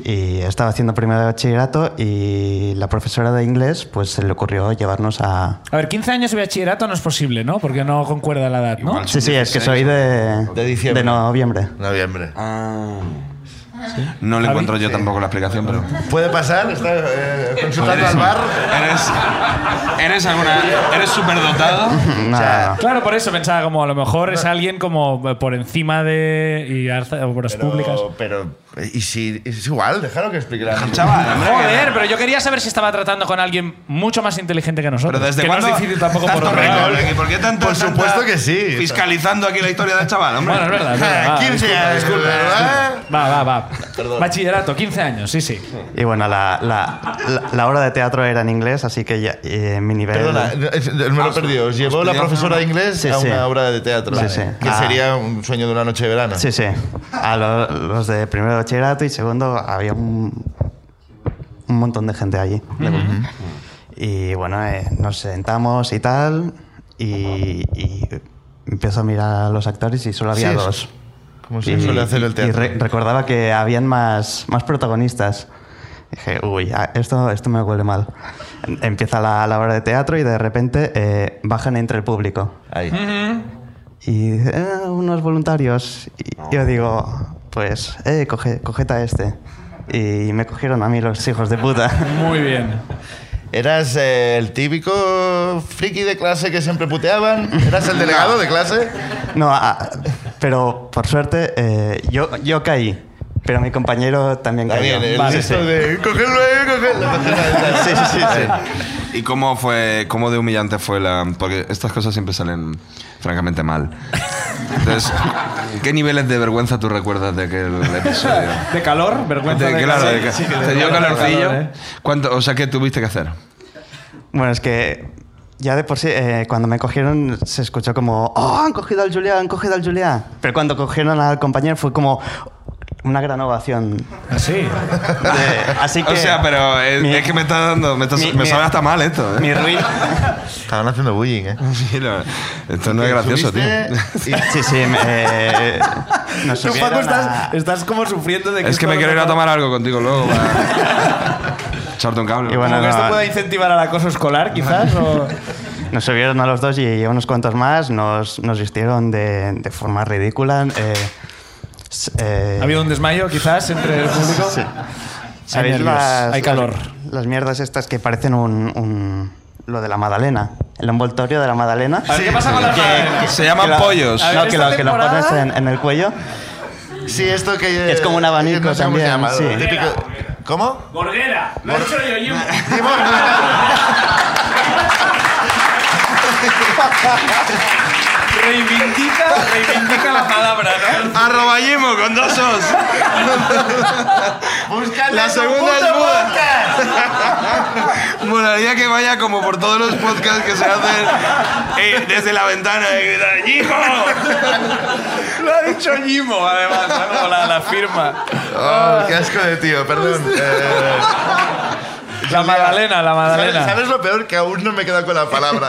Speaker 6: y estaba haciendo primero de bachillerato y la profesora de inglés pues se le ocurrió llevarnos a...
Speaker 1: A ver, 15 años de bachillerato no es posible, ¿no? Porque no concuerda la edad, ¿no?
Speaker 4: Igual.
Speaker 6: Sí, sí, es que
Speaker 4: 16,
Speaker 6: soy de,
Speaker 2: De diciembre.
Speaker 6: de noviembre.
Speaker 2: Noviembre.
Speaker 6: Ah.
Speaker 4: No le
Speaker 1: Javi,
Speaker 4: encuentro yo tampoco la explicación, pero.
Speaker 2: ¿Puede pasar? ¿Está eh, consultando al bar?
Speaker 4: ¿Eres, eres alguna. ¿Eres superdotado?
Speaker 6: Nada.
Speaker 1: Claro, por eso pensaba como a lo mejor es alguien como eh, por encima de y alza- obras públicas.
Speaker 2: Pero, pero ¿y si es igual? Déjalo que explique la gente.
Speaker 4: Chaval, hombre,
Speaker 1: Joder, pero yo quería saber si estaba tratando con alguien mucho más inteligente que nosotros.
Speaker 4: Pero desde
Speaker 1: que
Speaker 4: cuándo
Speaker 1: no es difícil tampoco por
Speaker 4: tanto eh.
Speaker 1: otro
Speaker 4: rencor?
Speaker 1: lado.
Speaker 4: ¿Y ¿Por qué tanto
Speaker 2: Por
Speaker 4: tanta-
Speaker 2: supuesto que sí.
Speaker 4: Fiscalizando aquí la historia del chaval, hombre.
Speaker 1: Bueno, es
Speaker 6: Ah,
Speaker 1: verdad. es verdad, va,
Speaker 2: 15 años, ¿verdad?
Speaker 1: Va, va, va.
Speaker 2: Perdón.
Speaker 1: Bachillerato, 15 años, sí, sí.
Speaker 6: Y bueno, la, la, la- la obra de teatro era en inglés, así que ya, eh, mi nivel...
Speaker 2: Perdona, no, es- me lo he perdido. Os llevó la
Speaker 4: estudiado-
Speaker 2: profesora de inglés
Speaker 6: Sí,
Speaker 2: a
Speaker 6: sí.
Speaker 2: una obra de teatro.
Speaker 6: Sí, sí.
Speaker 2: Que
Speaker 6: Ah.
Speaker 2: sería un sueño de una noche de verano.
Speaker 6: Sí, sí. A lo- los de primero de bachillerato y segundo había un, un montón de gente allí. Y bueno, eh, nos sentamos y tal, y, y empiezo a mirar a los actores y solo había
Speaker 2: Sí,
Speaker 6: dos.
Speaker 2: Como
Speaker 6: Y-
Speaker 2: se suele hacer el
Speaker 6: y
Speaker 2: teatro.
Speaker 6: re- recordaba que habían más, más protagonistas. Dije, uy, a- esto, esto me huele mal. Em- Empieza la, la obra de teatro y de repente eh, bajan entre el público.
Speaker 2: Ahí.
Speaker 6: Y dice, "Eh, unos voluntarios. Y yo digo, pues, eh, coge, coged a este. Y me cogieron a mí los hijos de puta.
Speaker 1: Muy bien.
Speaker 2: ¿Eras eh, el típico friki de clase que siempre puteaban? ¿Eras el delegado de clase?
Speaker 6: No, a- pero por suerte eh, yo, yo caí, pero mi compañero también
Speaker 2: Está
Speaker 6: cayó.
Speaker 2: bien, el
Speaker 1: Vale,
Speaker 2: gesto
Speaker 1: sí.
Speaker 2: de eh, cogerlo ahí, cogerlo. Sí, sí, sí.
Speaker 4: ¿Y cómo fue, cómo de humillante fue la...? Porque estas cosas siempre salen francamente mal. Entonces, ¿qué niveles de vergüenza tú recuerdas de aquel episodio?
Speaker 1: De calor, vergüenza
Speaker 4: De-
Speaker 1: de,
Speaker 4: claro,
Speaker 1: calor.
Speaker 4: de que-
Speaker 1: Sí, sí,
Speaker 4: te
Speaker 1: de
Speaker 4: dio
Speaker 1: calor,
Speaker 4: calorcillo.
Speaker 1: calor, ¿eh?
Speaker 4: ¿Cuánto- o sea, ¿qué tuviste que hacer?
Speaker 6: Bueno, es que ya de por sí, eh, cuando me cogieron se escuchó como, ¡Oh, han cogido al Julián, han cogido al Julián! Pero cuando cogieron al compañero fue como una gran ovación.
Speaker 1: Así.
Speaker 6: De- así que
Speaker 4: O sea, pero es,
Speaker 6: mi-
Speaker 4: es que me está dando... Me, está-
Speaker 6: mi-
Speaker 4: me
Speaker 6: mi-
Speaker 4: sabe hasta mal esto. ¿eh?
Speaker 6: mi ruina...
Speaker 2: Estaban haciendo bullying, ¿eh?
Speaker 4: Sí, no, esto no es gracioso, tío.
Speaker 2: Subiste y-
Speaker 6: Sí, sí, me, eh, nos
Speaker 1: Tú,
Speaker 6: subieron
Speaker 1: Paco, estás,
Speaker 6: a-
Speaker 1: estás como sufriendo de que.
Speaker 4: Es que
Speaker 1: esto
Speaker 4: me
Speaker 1: no
Speaker 4: quiero ir
Speaker 1: te-
Speaker 4: a tomar algo contigo luego. para Echarte un cable.
Speaker 6: Y bueno,
Speaker 1: Como que esto
Speaker 6: no,
Speaker 1: pueda incentivar al acoso escolar, quizás. o-
Speaker 6: Nos subieron a los dos y a unos cuantos más nos, nos vistieron de, de forma ridícula. eh, s- eh,
Speaker 1: ¿Ha habido un desmayo, quizás, entre el público?
Speaker 6: Sí. ¿Sabéis
Speaker 1: nervios,
Speaker 6: las,
Speaker 1: hay calor.
Speaker 6: Las, las mierdas estas que parecen un, un- lo de la Madalena. El envoltorio de la Madalena.
Speaker 1: A ver, ¿qué pasa con las madres?
Speaker 4: Se llaman
Speaker 6: Que la-
Speaker 4: pollos.
Speaker 1: A ver,
Speaker 6: No, que
Speaker 1: esta
Speaker 6: lo, que lo
Speaker 1: temporada-
Speaker 6: pones en, en el cuello.
Speaker 2: Sí, esto que... eh,
Speaker 6: Es como un abanico
Speaker 2: no sé cómo se
Speaker 6: también,
Speaker 2: llama,
Speaker 6: sí.
Speaker 2: lo típico- ¿Cómo?
Speaker 1: ¡Borguera! ¡Lo he hecho yo, Jimbo. reivindica, reivindica la palabra, ¿no?
Speaker 4: Arroba Yemo con dos os. La segunda es muda. Molaría que vaya como por todos los podcasts que se hacen eh, desde la ventana de gritar ¡Hijo!
Speaker 1: Lo ha dicho Jimbo, además, ¿no? Como la, la firma.
Speaker 2: Oh, qué asco de tío, perdón. Eh,
Speaker 1: La Magdalena, la
Speaker 2: ¿sabes,
Speaker 1: Magdalena.
Speaker 2: sabes lo peor? Que aún no me he quedado con la palabra.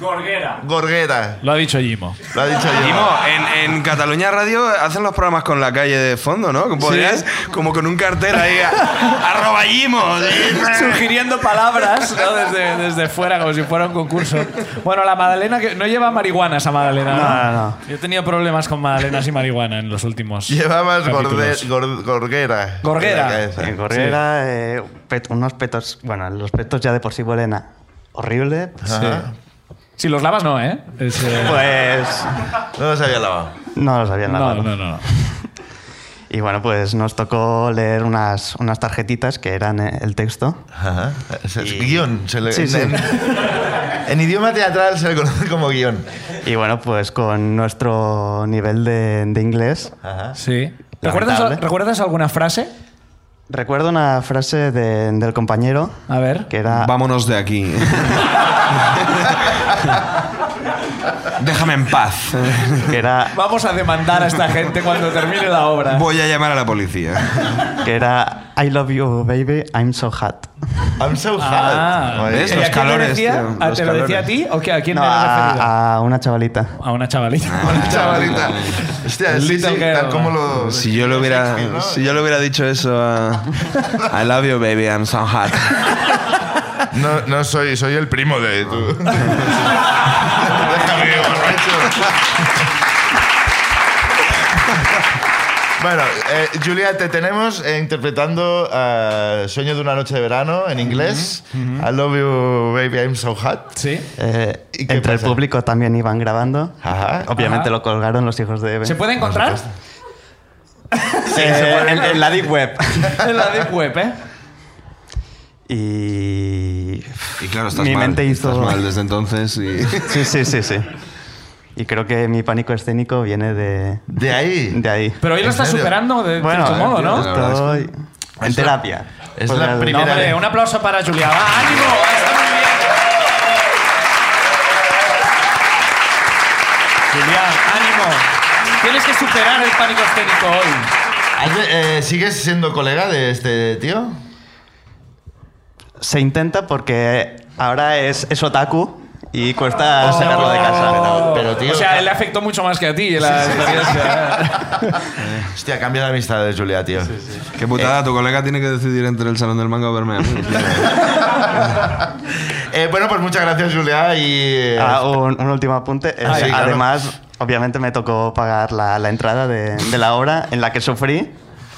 Speaker 1: Gorguera.
Speaker 2: Gorguera.
Speaker 1: Lo ha dicho Jimbo.
Speaker 2: Lo ha dicho
Speaker 4: Timo,
Speaker 2: yo.
Speaker 4: en, en Cataluña Radio hacen los programas con la calle de fondo, ¿no? Podrías, como con un cartel ahí, arroba Yemo.
Speaker 1: Sugiriendo palabras ¿no? desde, desde fuera, como si fuera un concurso. Bueno, la Madalena que no lleva marihuana esa Madalena.
Speaker 6: No, no, no.
Speaker 1: Yo he tenido problemas con Madalenas y marihuana en los últimos.
Speaker 2: Llevabas gorde-
Speaker 1: capítulos.
Speaker 2: gor- gorguera.
Speaker 1: Gorguera.
Speaker 2: En la cabeza.
Speaker 6: En Corriera, eh, pet- unos petos. Bueno, los petos ya de por sí huelen a- horrible.
Speaker 2: Ajá.
Speaker 1: Si los lavas, no, ¿eh? Es, eh,
Speaker 6: Pues
Speaker 2: No los había lavado.
Speaker 6: no los habían
Speaker 1: no,
Speaker 6: lavado.
Speaker 1: no, no, no.
Speaker 6: Y bueno, pues nos tocó leer unas, unas tarjetitas que eran eh, el texto.
Speaker 2: Ajá. Es- es
Speaker 6: Y-
Speaker 2: Guión. se le-
Speaker 6: Sí,
Speaker 2: en,
Speaker 6: sí.
Speaker 2: En, en idioma teatral se le conoce como guión.
Speaker 6: Y bueno, pues con nuestro nivel de, de inglés.
Speaker 2: Ajá.
Speaker 1: Sí. ¿Recuerdas,
Speaker 6: Lamentable.
Speaker 1: ¿Recuerdas alguna frase?
Speaker 6: Recuerdo una frase de- del compañero
Speaker 1: A ver.
Speaker 6: que era...
Speaker 4: Vámonos de aquí. Déjame en paz.
Speaker 6: Que era,
Speaker 1: Vamos a demandar a esta gente cuando termine la obra.
Speaker 4: Voy a llamar a la policía.
Speaker 6: que era I love you, baby, I'm so hot.
Speaker 2: I'm so hot.
Speaker 1: Ah,
Speaker 2: Oye,
Speaker 4: ¿ves?
Speaker 1: ¿Y
Speaker 4: Los
Speaker 1: a quién le
Speaker 4: calores,
Speaker 1: decía?
Speaker 4: tío,
Speaker 1: ¿A-
Speaker 4: los
Speaker 1: ¿Te lo decía a
Speaker 4: calores.
Speaker 1: ti o qué- a quién
Speaker 6: No,
Speaker 1: te era referido?
Speaker 6: a, a una chavalita.
Speaker 1: A una chavalita.
Speaker 2: Una chavalita. Hostia, sí, sí,
Speaker 1: Ah, Little girl.
Speaker 2: tal como lo...
Speaker 4: Si yo le hubiera, si yo le hubiera dicho eso a I love you, baby, I'm so hot.
Speaker 2: No, no soy, soy el primo de este tú. Déjame, borracho. Bueno, eh, Julia, te tenemos eh, interpretando eh, Sueño de una noche de verano en inglés. I love you, baby, I'm so hot.
Speaker 1: Sí.
Speaker 6: Eh,
Speaker 2: ¿Y qué
Speaker 6: entre el
Speaker 2: pasa?
Speaker 6: público también iban grabando.
Speaker 2: Ajá.
Speaker 6: Obviamente
Speaker 1: Ajá.
Speaker 6: lo colgaron los hijos de...
Speaker 1: ¿Se puede encontrar?
Speaker 6: Eh, en, en la deep web.
Speaker 1: en la deep web, ¿eh?
Speaker 6: Y...
Speaker 4: Y claro, estás
Speaker 6: Mi
Speaker 4: mal.
Speaker 6: mente hizo-
Speaker 4: Estás mal desde entonces y...
Speaker 6: Sí, sí, sí, sí. Y creo que mi pánico escénico viene de,
Speaker 2: De ahí.
Speaker 6: de ahí.
Speaker 1: Pero hoy lo
Speaker 2: ¿En
Speaker 1: estás
Speaker 2: serio?
Speaker 1: superando de
Speaker 6: Bueno,
Speaker 1: cierto modo, ¿no?
Speaker 4: la verdad
Speaker 6: Estoy en terapia.
Speaker 2: es
Speaker 6: Pues
Speaker 2: la
Speaker 6: nada,
Speaker 1: No,
Speaker 2: primera-
Speaker 1: hombre, un aplauso para Julia. Va, ¡Ánimo! ¡Está muy bien! Julia, ánimo. Tienes que superar el pánico escénico hoy.
Speaker 2: ¿Has de- eh, ¿Sigues siendo colega de este tío?
Speaker 6: Se intenta porque ahora es, es otaku y
Speaker 1: Oh.
Speaker 6: cuesta sacarlo de casa.
Speaker 2: Pero, tío,
Speaker 1: o sea, él le afectó mucho más que a ti la experiencia.
Speaker 2: Hostia, cambia la amistad de Julia, tío.
Speaker 4: Qué putada, tu colega tiene que decidir entre el salón del manga o verme a mí.
Speaker 2: Eh, bueno, pues muchas gracias, Julia. Y, eh,
Speaker 6: Ah, un, un último apunte. Es-
Speaker 2: Ah, sí, claro.
Speaker 6: además, obviamente me tocó pagar la, la entrada de, de la obra en la que sufrí.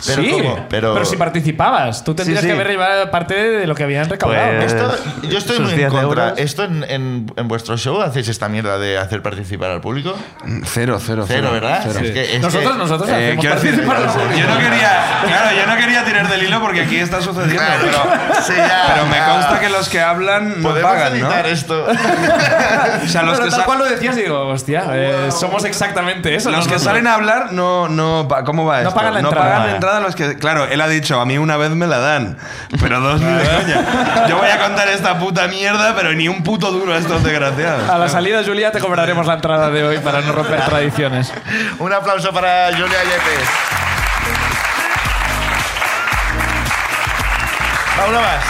Speaker 2: Pero
Speaker 1: sí,
Speaker 2: ¿cómo? Pero-
Speaker 1: pero... si participabas, tú tendrías
Speaker 6: sí.
Speaker 1: que haber llevado parte de lo que habían recaudado.
Speaker 6: Pues-
Speaker 2: esto-
Speaker 6: eh,
Speaker 2: yo estoy
Speaker 6: sus
Speaker 2: muy en
Speaker 6: 10
Speaker 2: contra.
Speaker 6: euros.
Speaker 2: ¿Esto en, en- en vuestro show hacéis esta mierda de hacer participar al público?
Speaker 4: Cero, cero,
Speaker 2: Cero, ¿verdad?
Speaker 4: cero.
Speaker 2: Es que- es
Speaker 1: Nosotros,
Speaker 2: que-
Speaker 1: nosotros
Speaker 4: Eh,
Speaker 1: hacemos
Speaker 4: quiero decir,
Speaker 1: participar al público.
Speaker 4: yo no quería, claro, yo no quería tirar del hilo porque aquí está sucediendo,
Speaker 2: Claro,
Speaker 4: pero,
Speaker 2: sí, ya,
Speaker 4: pero me
Speaker 2: ya.
Speaker 4: consta que los que hablan no
Speaker 2: Podemos
Speaker 4: pagan, ¿no?
Speaker 2: editar esto.
Speaker 4: O sea, los
Speaker 1: Pero
Speaker 4: que,
Speaker 1: tal
Speaker 4: sa-
Speaker 1: cual lo decías, digo, hostia, eh, somos exactamente eso.
Speaker 4: los que
Speaker 1: nosotros.
Speaker 4: salen a hablar no, no, pa- ¿cómo va
Speaker 1: No
Speaker 4: esto?
Speaker 1: pagan la
Speaker 4: no
Speaker 1: entrada.
Speaker 4: pagan la entrada los que, claro, él ha dicho, a mí una vez me la dan, pero dos ni de coña. Yo voy a contar esta puta mierda, pero ni un puto duro a estos desgraciados.
Speaker 1: A la salida, Julia, te cobraremos la entrada de hoy para no romper tradiciones.
Speaker 2: Un aplauso para Julia Yepes. Va, uno más.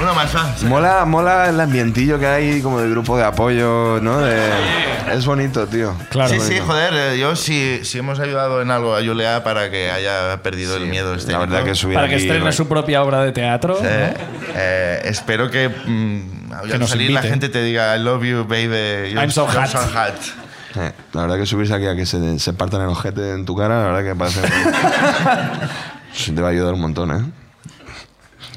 Speaker 2: Uno más, va.
Speaker 4: Mola, mola el ambientillo que hay como de grupo de apoyo, ¿no? De- Es bonito, tío.
Speaker 1: Claro.
Speaker 2: sí, sí, joder. eh, Yo sí, sí hemos ayudado en algo a Julia para que haya perdido el miedo este
Speaker 4: La verdad que subir
Speaker 1: Para que
Speaker 4: aquí-
Speaker 1: estrene su propia obra de teatro.
Speaker 2: Eh, eh, espero que mm, al
Speaker 1: Que nos
Speaker 2: salir la
Speaker 1: invite.
Speaker 2: gente te diga I love you, baby. you're-
Speaker 1: I'm so
Speaker 2: you're
Speaker 1: hot".
Speaker 4: Eh, La verdad que subirse aquí a que se, se partan el ojete en tu cara, la verdad que parece... Sí, te va a ayudar un montón, ¿eh?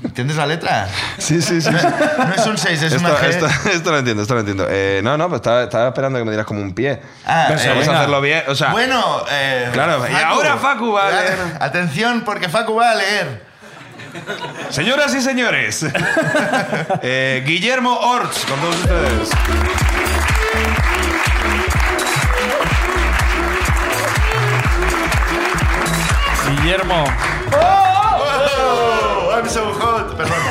Speaker 2: ¿Entiendes la letra?
Speaker 4: Sí, sí, sí.
Speaker 2: No es un 6, es
Speaker 4: esto,
Speaker 2: una G.
Speaker 4: esto, esto lo entiendo, esto lo entiendo. Eh, no, no, pues estaba, estaba esperando que me dieras como un pie.
Speaker 2: Ah,
Speaker 1: Pero se
Speaker 2: eh,
Speaker 4: Vamos a
Speaker 1: venga.
Speaker 4: hacerlo bien, o sea...
Speaker 2: Bueno, eh,
Speaker 4: Claro, y ahora Facu va a
Speaker 2: Claro,
Speaker 4: leer.
Speaker 2: Atención, porque Facu va a leer.
Speaker 4: Señoras y señores, eh, Guillermo Orts, con todos ustedes.
Speaker 1: Guillermo.
Speaker 2: Oh, I'm so hot. Perdón.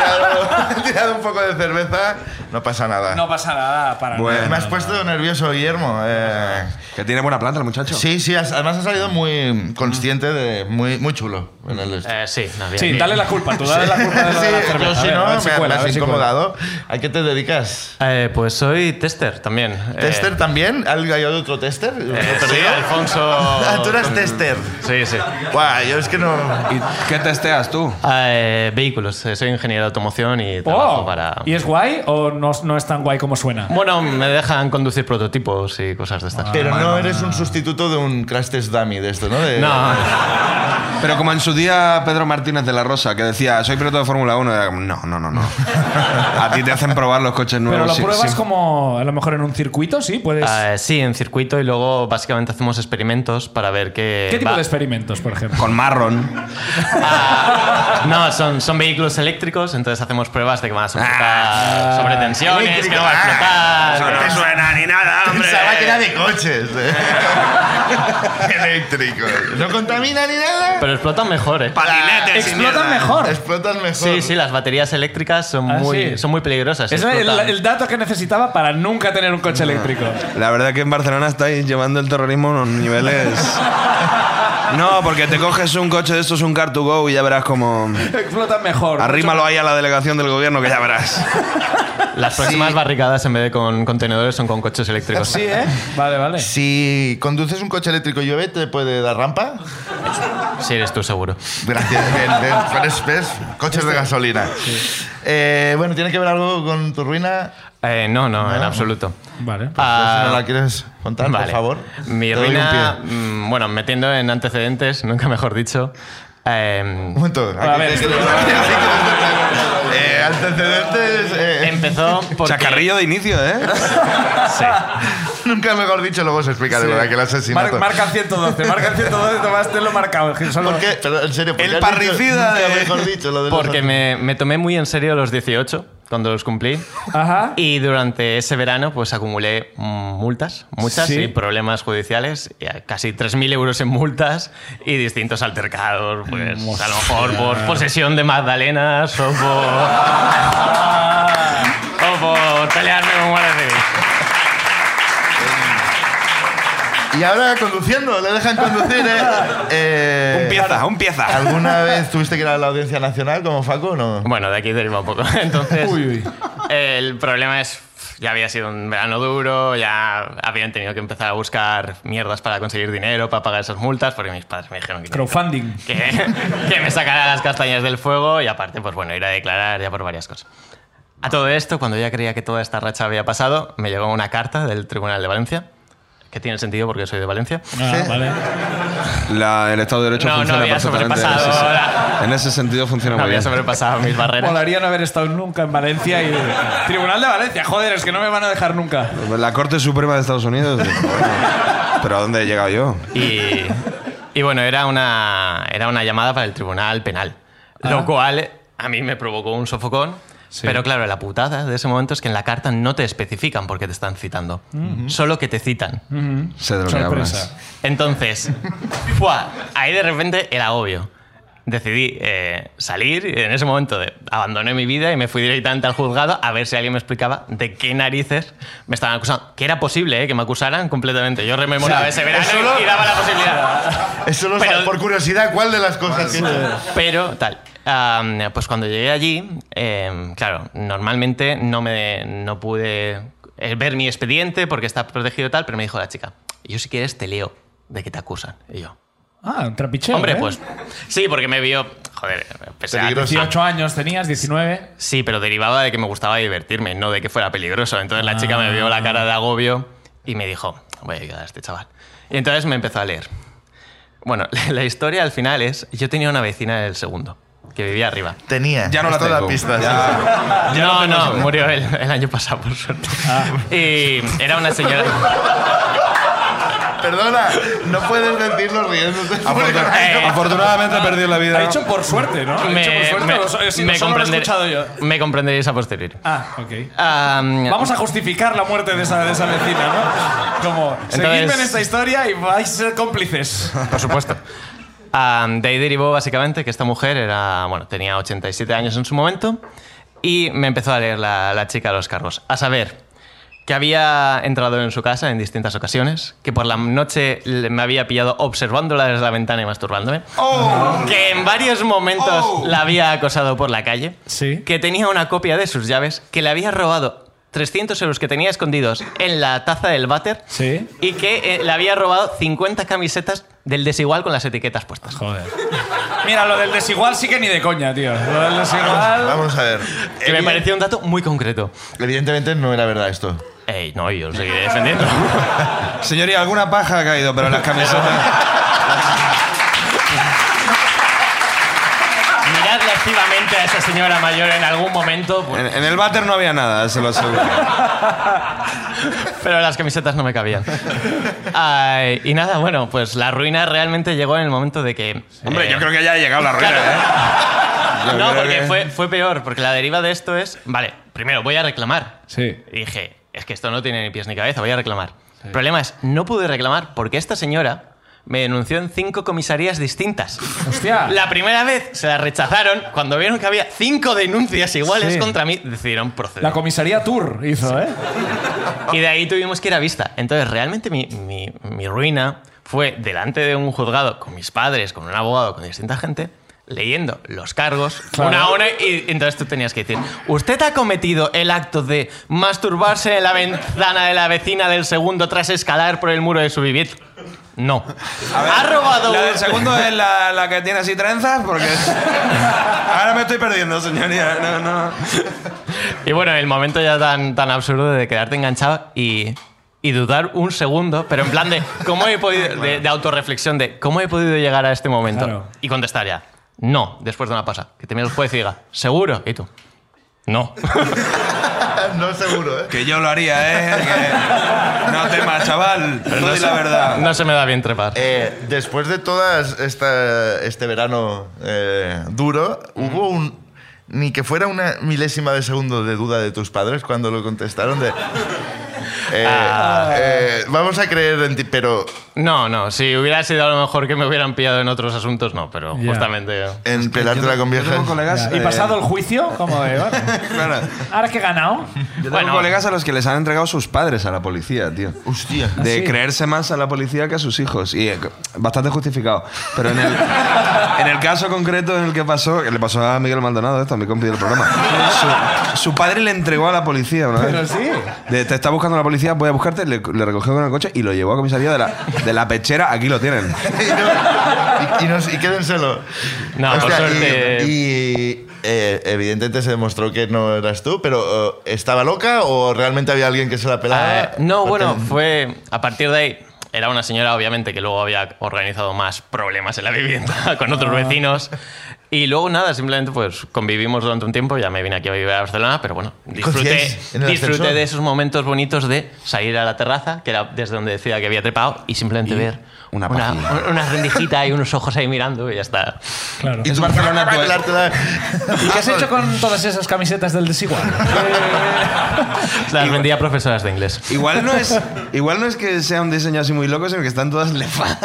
Speaker 2: He tirado, he tirado un poco de cerveza. No pasa nada. Eh,
Speaker 1: No pasa nada para
Speaker 4: Bueno.
Speaker 2: Me has puesto nervioso, Guillermo. Eh,
Speaker 4: Que tiene buena planta el muchacho.
Speaker 2: sí, sí, has- además has salido muy consciente, de, muy, muy chulo. en el-
Speaker 7: Eh, sí, no, bien,
Speaker 1: Sí,
Speaker 7: bien.
Speaker 1: dale la culpa, tú dale la culpa de, lo de la
Speaker 2: Sí,
Speaker 1: cerveza.
Speaker 2: yo
Speaker 1: A
Speaker 2: si
Speaker 1: ver,
Speaker 2: no,
Speaker 1: a ver
Speaker 2: me,
Speaker 1: si cuela,
Speaker 2: me
Speaker 1: a
Speaker 2: has
Speaker 1: ver si cuela.
Speaker 2: incomodado. ¿A qué te dedicas?
Speaker 7: Eh, pues soy tester también. eh,
Speaker 2: ¿Tester también? ¿Hay hay otro tester?
Speaker 7: eh,
Speaker 2: ¿Otro
Speaker 7: sí,
Speaker 2: día? Ah,
Speaker 7: Alfonso.
Speaker 2: tú eras tester.
Speaker 7: Sí, sí.
Speaker 2: Guau, yo es que no...
Speaker 1: Ah,
Speaker 4: ¿Y qué testeas tú?
Speaker 7: Eh, vehículos. eh, Soy ingeniero de automoción y trabajo
Speaker 1: Oh,
Speaker 7: para.
Speaker 1: ¿Y es guay o no, no es tan guay como suena?
Speaker 7: Bueno, me dejan conducir prototipos y cosas de estas.
Speaker 2: Pero no eres un sustituto de un crash test dummy de esto, ¿no? De-
Speaker 7: No,
Speaker 4: Pero como en su día Pedro Martínez de la Rosa, que decía, soy piloto de Fórmula 1, era como, no, no, no, no. A ti te hacen probar los coches nuevos.
Speaker 1: Pero lo
Speaker 4: sí,
Speaker 1: pruebas
Speaker 4: sí.
Speaker 1: como a lo mejor en un circuito, sí, puedes.
Speaker 7: eh, sí, en circuito y luego básicamente hacemos experimentos para ver qué.
Speaker 1: ¿Qué tipo
Speaker 7: va-
Speaker 1: de experimentos, por ejemplo?
Speaker 4: Con marrón.
Speaker 7: Ah, no, son, son vehículos eléctricos, entonces hacemos pruebas
Speaker 1: Ah,
Speaker 7: de que van a soportar sobre tensiones, que no va a
Speaker 1: ah,
Speaker 7: explotar. que-
Speaker 4: suena ni nada,
Speaker 2: Pensaba que era de coches. ¿eh? Eléctrico. eh. No contamina ni
Speaker 1: ah.
Speaker 2: nada.
Speaker 7: Pero explotan mejor, ¿eh?
Speaker 1: Explotan mejor.
Speaker 2: Explotan mejor.
Speaker 7: Sí, sí, las baterías eléctricas son,
Speaker 1: Ah,
Speaker 7: muy,
Speaker 1: sí.
Speaker 7: son muy peligrosas.
Speaker 1: Es el,
Speaker 7: explotan.
Speaker 1: el dato que necesitaba para nunca tener un coche eléctrico.
Speaker 4: La verdad que en Barcelona estáis llevando el terrorismo a unos niveles. No, porque te coges un coche de estos, un car to go, y ya verás como.
Speaker 1: Explotan mejor.
Speaker 4: Arrímalo ahí a la delegación del gobierno, que ya verás.
Speaker 7: Las próximas barricadas en vez de con contenedores son con coches eléctricos.
Speaker 1: Sí, ¿eh? Vale, vale.
Speaker 2: Si conduces un coche eléctrico y llueve, ¿te puede dar rampa?
Speaker 7: Sí, eres tú seguro.
Speaker 2: Gracias. Bien, bien. ¿Ves? ves? Coches de gasolina. Eh, bueno, ¿tiene que ver algo con tu ruina?
Speaker 7: Eh, no, no, en absoluto.
Speaker 2: Pues
Speaker 1: Vale.
Speaker 7: Ah,
Speaker 2: si no la quieres contar, por
Speaker 7: vale.
Speaker 2: favor.
Speaker 7: Mi
Speaker 2: Te doy un
Speaker 7: ruina,
Speaker 2: pie.
Speaker 7: mm, bueno, metiendo en antecedentes, nunca mejor dicho. eh,
Speaker 2: Un momento.
Speaker 1: A ver,
Speaker 2: Aquí te- Eh, antecedentes. eh,
Speaker 7: empezó porque...
Speaker 4: Chacarrillo de inicio, ¿eh?
Speaker 7: Sí.
Speaker 2: Nunca mejor dicho, luego se explica de verdad que el asesinato.
Speaker 1: Mar- marca 112, marca 112, tomaste lo marcado. Solo-
Speaker 2: ¿Por qué? Pero, en serio, ¿por
Speaker 4: El
Speaker 2: qué has dicho-
Speaker 4: parricida
Speaker 2: nunca
Speaker 4: de-
Speaker 2: mejor dicho, lo de los-
Speaker 7: Porque me, me tomé muy en serio los 18 cuando los cumplí.
Speaker 1: Ajá.
Speaker 7: Y durante ese verano, pues acumulé mm, multas, muchas
Speaker 1: Sí.
Speaker 7: y problemas judiciales, y a- casi 3.000 euros en multas y distintos altercados, pues a lo mejor por posesión de magdalenas o por. o por pelearme con guardia civil.
Speaker 2: Y ahora conduciendo, le dejan conducir, ¿eh? Eh,
Speaker 4: Un pieza, un pieza.
Speaker 2: ¿Alguna vez tuviste que ir a la Audiencia Nacional como Facu o no?
Speaker 7: Bueno, de aquí deriva un poco. Entonces, el problema es, ya había sido un verano duro, ya habían tenido que empezar a buscar mierdas para conseguir dinero, para pagar esas multas, porque mis padres me dijeron que,
Speaker 1: Crowdfunding.
Speaker 7: que, que me sacara las castañas del fuego y aparte, pues bueno, ir a declarar ya por varias cosas. A todo esto, cuando ya creía que toda esta racha había pasado, me llegó una carta del Tribunal de Valencia, que tiene sentido porque soy de Valencia.
Speaker 1: Ah, vale.
Speaker 4: La- el Estado de Derecho
Speaker 7: No, no
Speaker 4: funciona
Speaker 7: había
Speaker 4: perfectamente.
Speaker 7: sobrepasado
Speaker 4: Sí, sí.
Speaker 7: la-
Speaker 4: En ese sentido funciona
Speaker 7: No
Speaker 4: muy
Speaker 7: había
Speaker 4: bien.
Speaker 7: sobrepasado mis barreras.
Speaker 1: Molaría no haber estado nunca en Valencia y. Tribunal de Valencia, joder, es que no me van a dejar nunca.
Speaker 4: La Corte Suprema de Estados Unidos. Pero ¿a dónde he llegado yo?
Speaker 7: Y, y bueno, era una, era una llamada para el tribunal penal.
Speaker 4: Ah.
Speaker 7: Lo cual a mí me provocó un sofocón. Pero claro, la putada de ese momento es que en la carta no te especifican por qué te están citando.
Speaker 4: Mm.
Speaker 7: Solo que te citan.
Speaker 4: Sé de lo que
Speaker 1: Sorpresa.
Speaker 4: hablas.
Speaker 7: Entonces, ¡fua! ahí de repente era obvio. Decidí eh, salir y en ese momento de- abandoné mi vida y me fui directamente al juzgado a ver si alguien me explicaba de qué narices me estaban acusando. Que era posible eh, que me acusaran completamente. Yo rememoraba ese verano y daba la posibilidad.
Speaker 2: Eso lo
Speaker 7: Pero-
Speaker 2: por curiosidad, ¿cuál de las cosas que-
Speaker 7: Pero tal. Am, pues cuando llegué allí, em, claro, normalmente no me no pude eh, ver mi expediente porque está protegido y tal, pero me dijo la chica, yo si quieres te leo de que te acusan. Y yo,
Speaker 1: Ah, un trapicheo.
Speaker 7: hombre,
Speaker 1: ¿eh?
Speaker 7: pues sí, porque me vio, joder, pese a-
Speaker 2: Peligroso.
Speaker 1: 18 años tenías, 19.
Speaker 7: Sí, pero derivaba de que me gustaba divertirme, no de que fuera peligroso. Entonces la chica me vio la cara de agobio y me dijo, voy a ayudar a este chaval. Y entonces me empezó a leer. Bueno, la historia al final es, yo tenía una vecina del segundo, que vivía arriba.
Speaker 2: Tenía.
Speaker 4: Ya no la
Speaker 2: Esto da
Speaker 4: tengo.
Speaker 2: pistas.
Speaker 4: Ya.
Speaker 7: no, no, murió el, el año pasado, por suerte.
Speaker 1: Ah.
Speaker 7: Y era una señora...
Speaker 2: Perdona, no puedes decirlo riéndote.
Speaker 7: Eh,
Speaker 4: Afortunadamente he perdido la vida.
Speaker 1: Ah, Ha dicho por suerte, ¿no? Ha dicho por suerte. o so- si no,
Speaker 7: me
Speaker 1: solo lo he
Speaker 7: comprender-
Speaker 1: escuchado yo.
Speaker 7: me comprenderéis a posteriori.
Speaker 1: Ah, ok.
Speaker 7: Am,
Speaker 1: Vamos a justificar la muerte de esa, de esa vecina, ¿no? Como, seguidme en esta historia y vais a ser cómplices.
Speaker 7: Por supuesto. Am, de ahí derivó básicamente que esta mujer era, bueno, tenía 87 años en su momento y me empezó a leer la, la chica de los carros. A saber, que había entrado en su casa en distintas ocasiones, que por la noche le- me había pillado observándola desde la ventana y masturbándome, que en varios momentos la había acosado por la calle,
Speaker 1: Sí.
Speaker 7: que tenía una copia de sus llaves, que le había robado 300 euros que tenía escondidos en la taza del váter
Speaker 1: Sí.
Speaker 7: y que eh, le había robado 50 camisetas del desigual con las etiquetas puestas.
Speaker 1: Joder. Mira, lo del desigual sí que ni de coña, tío. Lo del desigual.
Speaker 2: Vamos a ver.
Speaker 7: Que
Speaker 4: Eh,
Speaker 7: me parecía un dato muy concreto.
Speaker 2: Evidentemente no era verdad esto.
Speaker 7: Ey, no, yo lo seguiré defendiendo.
Speaker 4: Señoría, alguna paja ha caído, pero las camisetas.
Speaker 7: Mirad activamente a esa señora mayor en algún momento, pues,
Speaker 4: en, en el váter no había nada, se lo aseguro. Eh.
Speaker 7: pero las camisetas no me cabían. Ay, y nada, bueno, pues la ruina realmente llegó en el momento de que...
Speaker 4: Hombre,
Speaker 7: eh,
Speaker 4: yo creo que ya ha llegado la ruina, ¿eh? Yo
Speaker 7: No,
Speaker 4: creo
Speaker 7: porque
Speaker 4: que-
Speaker 7: fue, fue peor, porque la deriva de esto es, vale, primero voy a reclamar.
Speaker 1: Sí.
Speaker 7: Y dije, es que esto no tiene ni pies ni cabeza, voy a reclamar. El problema es, no pude reclamar porque esta señora me denunció en cinco comisarías distintas.
Speaker 1: Hostia.
Speaker 7: La primera vez se la rechazaron, cuando vieron que había cinco denuncias iguales
Speaker 1: Sí.
Speaker 7: contra mí, decidieron proceder.
Speaker 1: La comisaría Tour hizo, ¿eh?
Speaker 7: Y de ahí tuvimos que ir a vista. Entonces, realmente mi, mi- mi ruina fue delante de un juzgado con mis padres, con un abogado, con distinta gente, leyendo los cargos
Speaker 1: Claro.
Speaker 7: una a una y entonces tú tenías que decir, usted ha cometido el acto de masturbarse en la ventana de la vecina del segundo tras escalar por el muro de su vivienda. No.
Speaker 4: A ver,
Speaker 7: ha robado...
Speaker 4: La
Speaker 7: un-
Speaker 4: del segundo es la, la que tiene así trenzas, porque. es- Ahora me estoy perdiendo, señoría. No, no.
Speaker 7: Y bueno, el momento ya tan, tan absurdo de quedarte enganchado y, y dudar un segundo, pero en plan de cómo he podido, de, de autorreflexión, de cómo he podido llegar a este momento.
Speaker 1: Claro.
Speaker 7: Y contestar ya, no, después de una pausa, que te mira el juez y diga, seguro, y tú. No.
Speaker 2: No seguro, ¿eh?
Speaker 4: Que yo lo haría, ¿eh? Que- No temas, chaval. Pero no la verdad.
Speaker 7: No se me da bien trepar.
Speaker 2: Eh, después de todas esta, este verano eh, duro,
Speaker 4: Mm.
Speaker 2: hubo un ni que fuera una milésima de segundo de duda de tus padres cuando lo contestaron de Eh,
Speaker 4: Ah.
Speaker 2: eh, vamos a creer en ti, pero
Speaker 7: No, no, si hubiera sido a lo mejor que me hubieran pillado en otros asuntos, no, pero
Speaker 1: Ya.
Speaker 7: justamente.
Speaker 2: en pelártela con
Speaker 4: Yo
Speaker 2: viejas.
Speaker 4: tengo colegas.
Speaker 1: ¿Y
Speaker 4: eh,
Speaker 1: pasado el juicio? ¿Cómo de, bueno,
Speaker 4: claro,
Speaker 1: Ahora que he ganado.
Speaker 4: yo tengo
Speaker 7: Bueno.
Speaker 4: colegas a los que les han entregado sus padres a la policía, tío.
Speaker 2: Hostia.
Speaker 4: De creerse más a la policía que a sus hijos. Y eh, bastante justificado. Pero en el, en el caso concreto en el que pasó, que le pasó a Miguel Maldonado, esto, a mi compi del programa. Su, su padre le entregó a la policía una vez.
Speaker 1: Pero sí.
Speaker 4: De, te está buscando la policía, voy a buscarte, le, le recogió con el coche y lo llevó a comisaría de la, de la pechera. Aquí lo tienen.
Speaker 2: y, no- y- y nos- y quédenselo.
Speaker 7: No, por
Speaker 2: Hostia, y-
Speaker 7: suerte.
Speaker 2: Y, eh, evidentemente se demostró que no eras tú, pero eh, ¿estaba loca o realmente había alguien que se la pelaba?
Speaker 7: Ah, no, bueno, fue a partir de ahí. Era una señora, obviamente, que luego había organizado más problemas en la vivienda con otros vecinos. Y luego nada, simplemente pues convivimos durante un tiempo, ya me vine aquí a vivir a Barcelona, pero bueno, disfruté,
Speaker 2: ¿Cogíais en el ascensor?
Speaker 7: disfruté de esos momentos bonitos de salir a la terraza, que era desde donde decía que había trepado, y simplemente ver
Speaker 4: una
Speaker 7: una,
Speaker 4: pajilla.
Speaker 7: una rendijita y unos ojos ahí mirando y ya está.
Speaker 1: Claro.
Speaker 2: Y
Speaker 1: ¿Y
Speaker 2: tú,
Speaker 4: Barcelona, tú-
Speaker 2: pelártela.
Speaker 1: pues. qué has hecho con todas esas camisetas del desigual? Eh,
Speaker 7: Las vendía a profesoras de inglés.
Speaker 4: Igual no, es, igual no es que sea un diseño así muy loco, sino que están todas lefadas.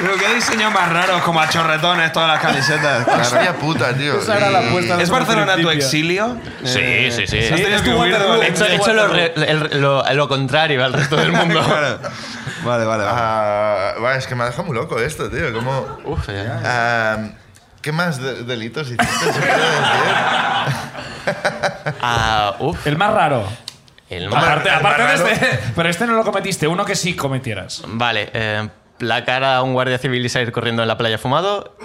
Speaker 4: Digo, qué diseño más raro, como a chorretones todas las camisetas.
Speaker 2: Hostia puta, tío.
Speaker 1: esa era la apuesta desde
Speaker 4: ¿Es
Speaker 1: un
Speaker 4: Barcelona tu
Speaker 1: principio.
Speaker 4: exilio?
Speaker 7: Sí, sí, sí.
Speaker 4: ¿Has tenido
Speaker 1: es tu
Speaker 4: que huir de
Speaker 1: Waterloo.
Speaker 7: He hecho,
Speaker 4: Valencia?
Speaker 7: he hecho lo, re- el- lo- lo contrario al resto del mundo.
Speaker 4: Claro. Vale, vale, vale.
Speaker 2: Ah, va, es que me ha dejado muy loco esto, tío. ¿Cómo?
Speaker 7: Uf, ya.
Speaker 2: Ah, ¿Qué más de- delitos hiciste? Yo quiero decir.
Speaker 7: Ah, uf.
Speaker 1: El más raro.
Speaker 7: El mar.
Speaker 1: Aparte,
Speaker 2: el más
Speaker 1: aparte
Speaker 2: raro.
Speaker 1: de este. Pero este no lo cometiste, uno que sí cometieras.
Speaker 7: Vale, eh, placar a un guardia civil y salir corriendo en la playa fumado.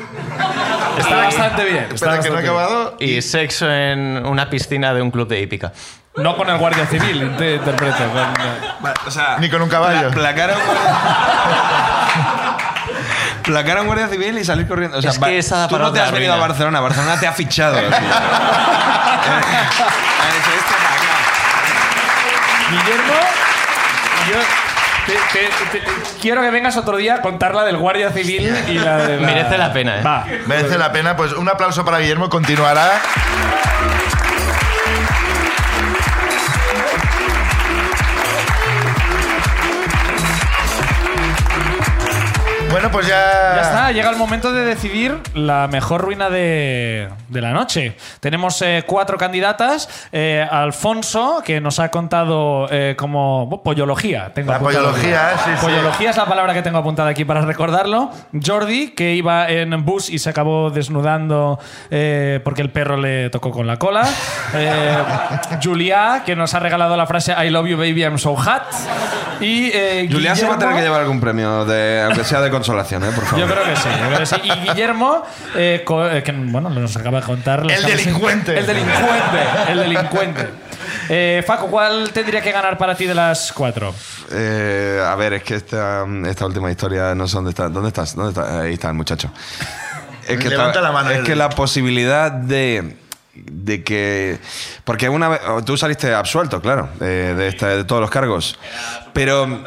Speaker 1: Está bastante bien. está
Speaker 2: Espera, que no he
Speaker 1: bastante
Speaker 2: acabado.
Speaker 7: Y sexo en una piscina de un club de hípica.
Speaker 1: bien. No con el guardia civil, te interpreto. con- eh,
Speaker 4: Vale, O sea,
Speaker 2: Ni con un caballo.
Speaker 4: pla- placar a un guardia- Placar a un guardia civil y salir corriendo. O sea,
Speaker 7: Es que
Speaker 4: va-
Speaker 7: esa da
Speaker 4: tú
Speaker 7: para
Speaker 4: no te
Speaker 7: otra
Speaker 4: has venido a
Speaker 7: ruina.
Speaker 4: Barcelona, Barcelona te ha fichado. tío. Eh, Han hecho esto para acá.
Speaker 1: Guillermo, yo te- te- te- quiero que vengas otro día a contar la del Guardia Civil y la de. la-
Speaker 7: Merece la pena, ¿eh?
Speaker 1: Va.
Speaker 2: Merece la pena. Pues un aplauso para Guillermo. Continuará. Bueno, pues ya.
Speaker 1: Ya está, llega el momento de decidir la mejor ruina de, de la noche. Tenemos eh, cuatro candidatas. Eh, Alfonso, que nos ha contado eh, como bo, pollología. Tengo
Speaker 2: La
Speaker 1: apuntado aquí.
Speaker 2: pollología, sí, sí.
Speaker 1: Pollología es la palabra que tengo apuntada aquí para recordarlo. Jordi, que iba en bus y se acabó desnudando eh, porque el perro le tocó con la cola. Eh, Julia, que nos ha regalado la frase I love you baby, I'm so hot. Y eh,
Speaker 4: Julián se va a tener
Speaker 1: Guillermo-
Speaker 4: que llevar algún premio, de, aunque sea de consolación, ¿eh? por favor.
Speaker 1: yo creo que sí, yo creo que sí. Y Guillermo, eh, co- eh, que bueno, nos acaba de contar. las
Speaker 2: El
Speaker 1: capas-
Speaker 2: delincuente.
Speaker 1: El delincuente. El delincuente. Eh, Facu, ¿cuál tendría que ganar para ti de las cuatro?
Speaker 4: Eh, a ver, es que esta, esta última historia no sé dónde está. ¿Dónde estás? ¿Dónde está? Ahí está el muchacho. Es que,
Speaker 2: Levanta la mano,
Speaker 4: es
Speaker 2: él.
Speaker 4: que la posibilidad de, de que. Porque una vez. Tú saliste absuelto, claro, eh, de, de esta- de todos los cargos. Pero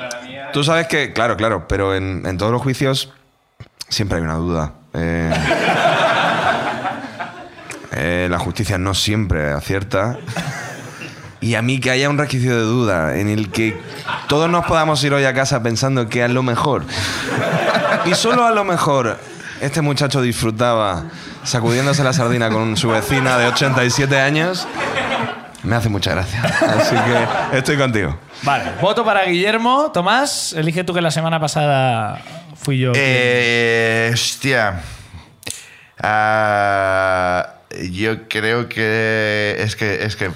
Speaker 4: tú sabes que. Claro, claro, pero en, en todos los juicios siempre hay una duda. Eh, eh, la justicia no siempre acierta. Y a mí que haya un resquicio de duda en el que todos nos podamos ir hoy a casa pensando que a lo mejor, y solo a lo mejor, este muchacho disfrutaba sacudiéndose la sardina con su vecina de 87 años, me hace mucha gracia. Así que estoy contigo.
Speaker 1: Vale, voto para Guillermo. Tomás, elige tú que la semana pasada fui yo.
Speaker 2: Eh, hostia. Ah, yo creo que. Es que. Es que. eh,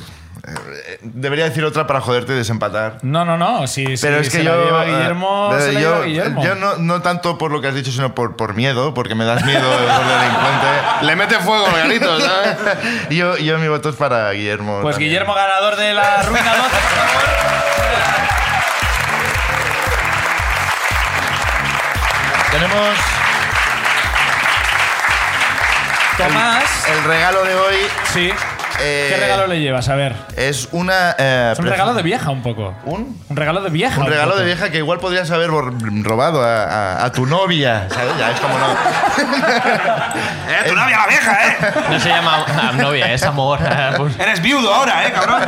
Speaker 2: Debería decir otra para joderte y desempatar.
Speaker 1: no, no, no. Si,
Speaker 2: Pero
Speaker 1: si
Speaker 2: es que
Speaker 1: se la
Speaker 2: yo.
Speaker 1: lleva
Speaker 2: eh,
Speaker 1: Guillermo,
Speaker 2: pero
Speaker 1: se la
Speaker 2: yo,
Speaker 1: lleva Guillermo.
Speaker 2: yo no, no tanto por lo que has dicho, sino por, por miedo, porque me das miedo de los delincuentes. Le mete fuego al garito, ¿sabes? yo, yo mi voto es para Guillermo.
Speaker 1: Pues
Speaker 2: también.
Speaker 1: Guillermo, ganador de la ruina 12.
Speaker 2: Tenemos
Speaker 1: Tomás.
Speaker 2: el regalo de hoy.
Speaker 1: Sí.
Speaker 2: eh,
Speaker 1: ¿Qué regalo le llevas? A ver.
Speaker 2: Es una. eh,
Speaker 1: Es un
Speaker 2: pref-
Speaker 1: regalo de vieja un poco.
Speaker 2: ¿Un?
Speaker 1: Un regalo de vieja.
Speaker 2: Un regalo
Speaker 1: poco.
Speaker 2: de vieja que igual podrías haber bor- robado a, a- a tu novia, ¿sabes? Ya es como no.
Speaker 4: ¡Eh, tu novia la vieja, eh!
Speaker 7: No se llama ah, novia, es amor. Pues,
Speaker 4: Eres viudo ahora, eh, cabrón.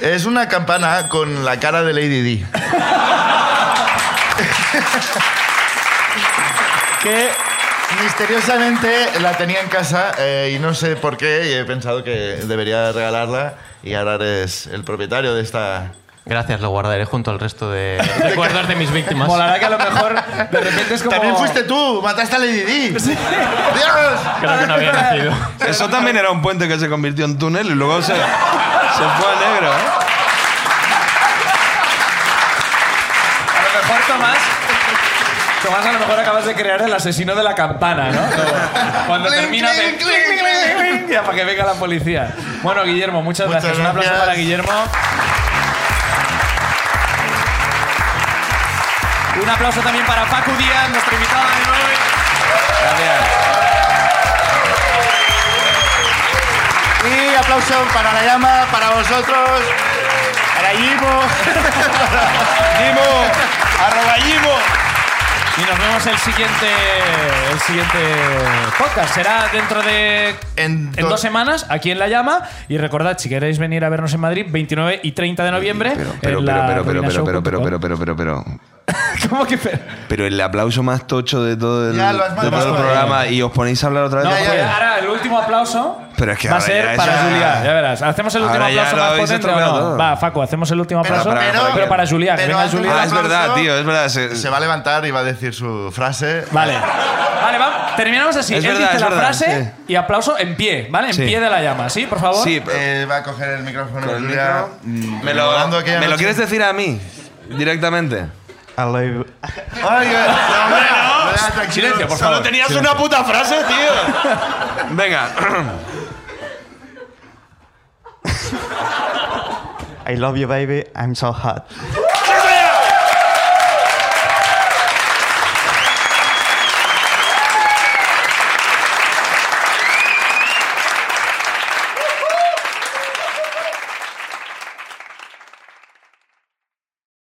Speaker 2: Es una campana con la cara de Lady Di. que misteriosamente la tenía en casa eh, y no sé por qué y he pensado que debería regalarla y ahora eres el propietario de esta...
Speaker 7: Gracias, lo guardaré junto al resto de recuerdos de mis víctimas.
Speaker 1: Molará que a lo mejor de repente es como.
Speaker 2: También fuiste tú, mataste a Lady Di. ¡Dios!
Speaker 7: Creo que no había nacido.
Speaker 4: Eso también era un puente que se convirtió en túnel y luego se, se fue a negro, ¿eh?
Speaker 1: A lo mejor Tomás. Tomás, a lo mejor acabas de crear el asesino de la campana, ¿no? Como Cuando
Speaker 2: Cling,
Speaker 1: termina.
Speaker 2: cling,
Speaker 1: hace
Speaker 2: cling, cling,
Speaker 1: ya para que venga la policía. Bueno, Guillermo, muchas,
Speaker 2: Muchas
Speaker 1: gracias. Un aplauso
Speaker 2: gracias.
Speaker 1: para Guillermo. Un aplauso también para Paco Díaz, nuestro invitado de hoy.
Speaker 2: Y aplauso para la llama, para vosotros, para Jimo.
Speaker 4: ¡Dimo! ¡Arroba
Speaker 1: Y nos vemos el siguiente, el siguiente podcast. Será dentro de
Speaker 2: En
Speaker 1: en
Speaker 2: do-
Speaker 1: dos semanas aquí en La Llama. Y recordad, si queréis venir a vernos en Madrid, 29 y 30 de noviembre.
Speaker 4: Pero, pero,
Speaker 1: en la
Speaker 4: pero, pero, pero, pero, pero, pero,
Speaker 1: ruinashow.com.
Speaker 4: pero, pero, pero, pero.
Speaker 1: ¿Cómo que pero?
Speaker 4: Pero el aplauso más tocho de todo el,
Speaker 2: Ya lo has
Speaker 4: de todo el
Speaker 2: mandado.
Speaker 4: programa y os ponéis a hablar otra vez.
Speaker 1: No,
Speaker 4: de
Speaker 2: ya,
Speaker 1: porque
Speaker 2: ya.
Speaker 1: ahora el último aplauso
Speaker 4: Pero es que
Speaker 1: va a
Speaker 4: ahora
Speaker 1: ser
Speaker 4: ya es-
Speaker 1: para
Speaker 4: ya.
Speaker 1: Julia. Ya verás. ¿Hacemos el último
Speaker 4: Ahora ya
Speaker 1: aplauso
Speaker 4: lo
Speaker 1: más
Speaker 4: habéis
Speaker 1: potente o no.
Speaker 4: estropeado todo.
Speaker 1: Va, Facu, hacemos el último
Speaker 2: Pero-
Speaker 1: aplauso. Pero,
Speaker 2: pero-
Speaker 1: para, Julia, que
Speaker 2: pero
Speaker 1: venga
Speaker 2: antes-
Speaker 1: Julia.
Speaker 4: Ah, es verdad, tío, es verdad. se-
Speaker 2: Se va a levantar y va a decir su frase.
Speaker 1: Vale. Vale, vamos. Terminamos así.
Speaker 4: Es
Speaker 1: Él
Speaker 4: verdad,
Speaker 1: dice
Speaker 4: es
Speaker 1: la
Speaker 4: verdad,
Speaker 1: frase y aplauso en pie, ¿vale? En
Speaker 4: Sí.
Speaker 1: pie de la llama, ¿sí? Por favor.
Speaker 4: sí, pero-
Speaker 2: Eh, va a coger el micrófono.
Speaker 4: con el
Speaker 2: Julia,
Speaker 4: micro.
Speaker 2: mm,
Speaker 4: ¿Me lo,
Speaker 2: recordando aquella
Speaker 4: ¿me lo
Speaker 2: noche.
Speaker 4: quieres decir a mí? Directamente.
Speaker 6: Hello.
Speaker 2: Ay, eh, no, hombre, no. Julia, tranquilo.
Speaker 1: Silencio, por favor.
Speaker 4: tenías una puta frase, tío. Venga.
Speaker 6: I love you, baby. I'm so hot.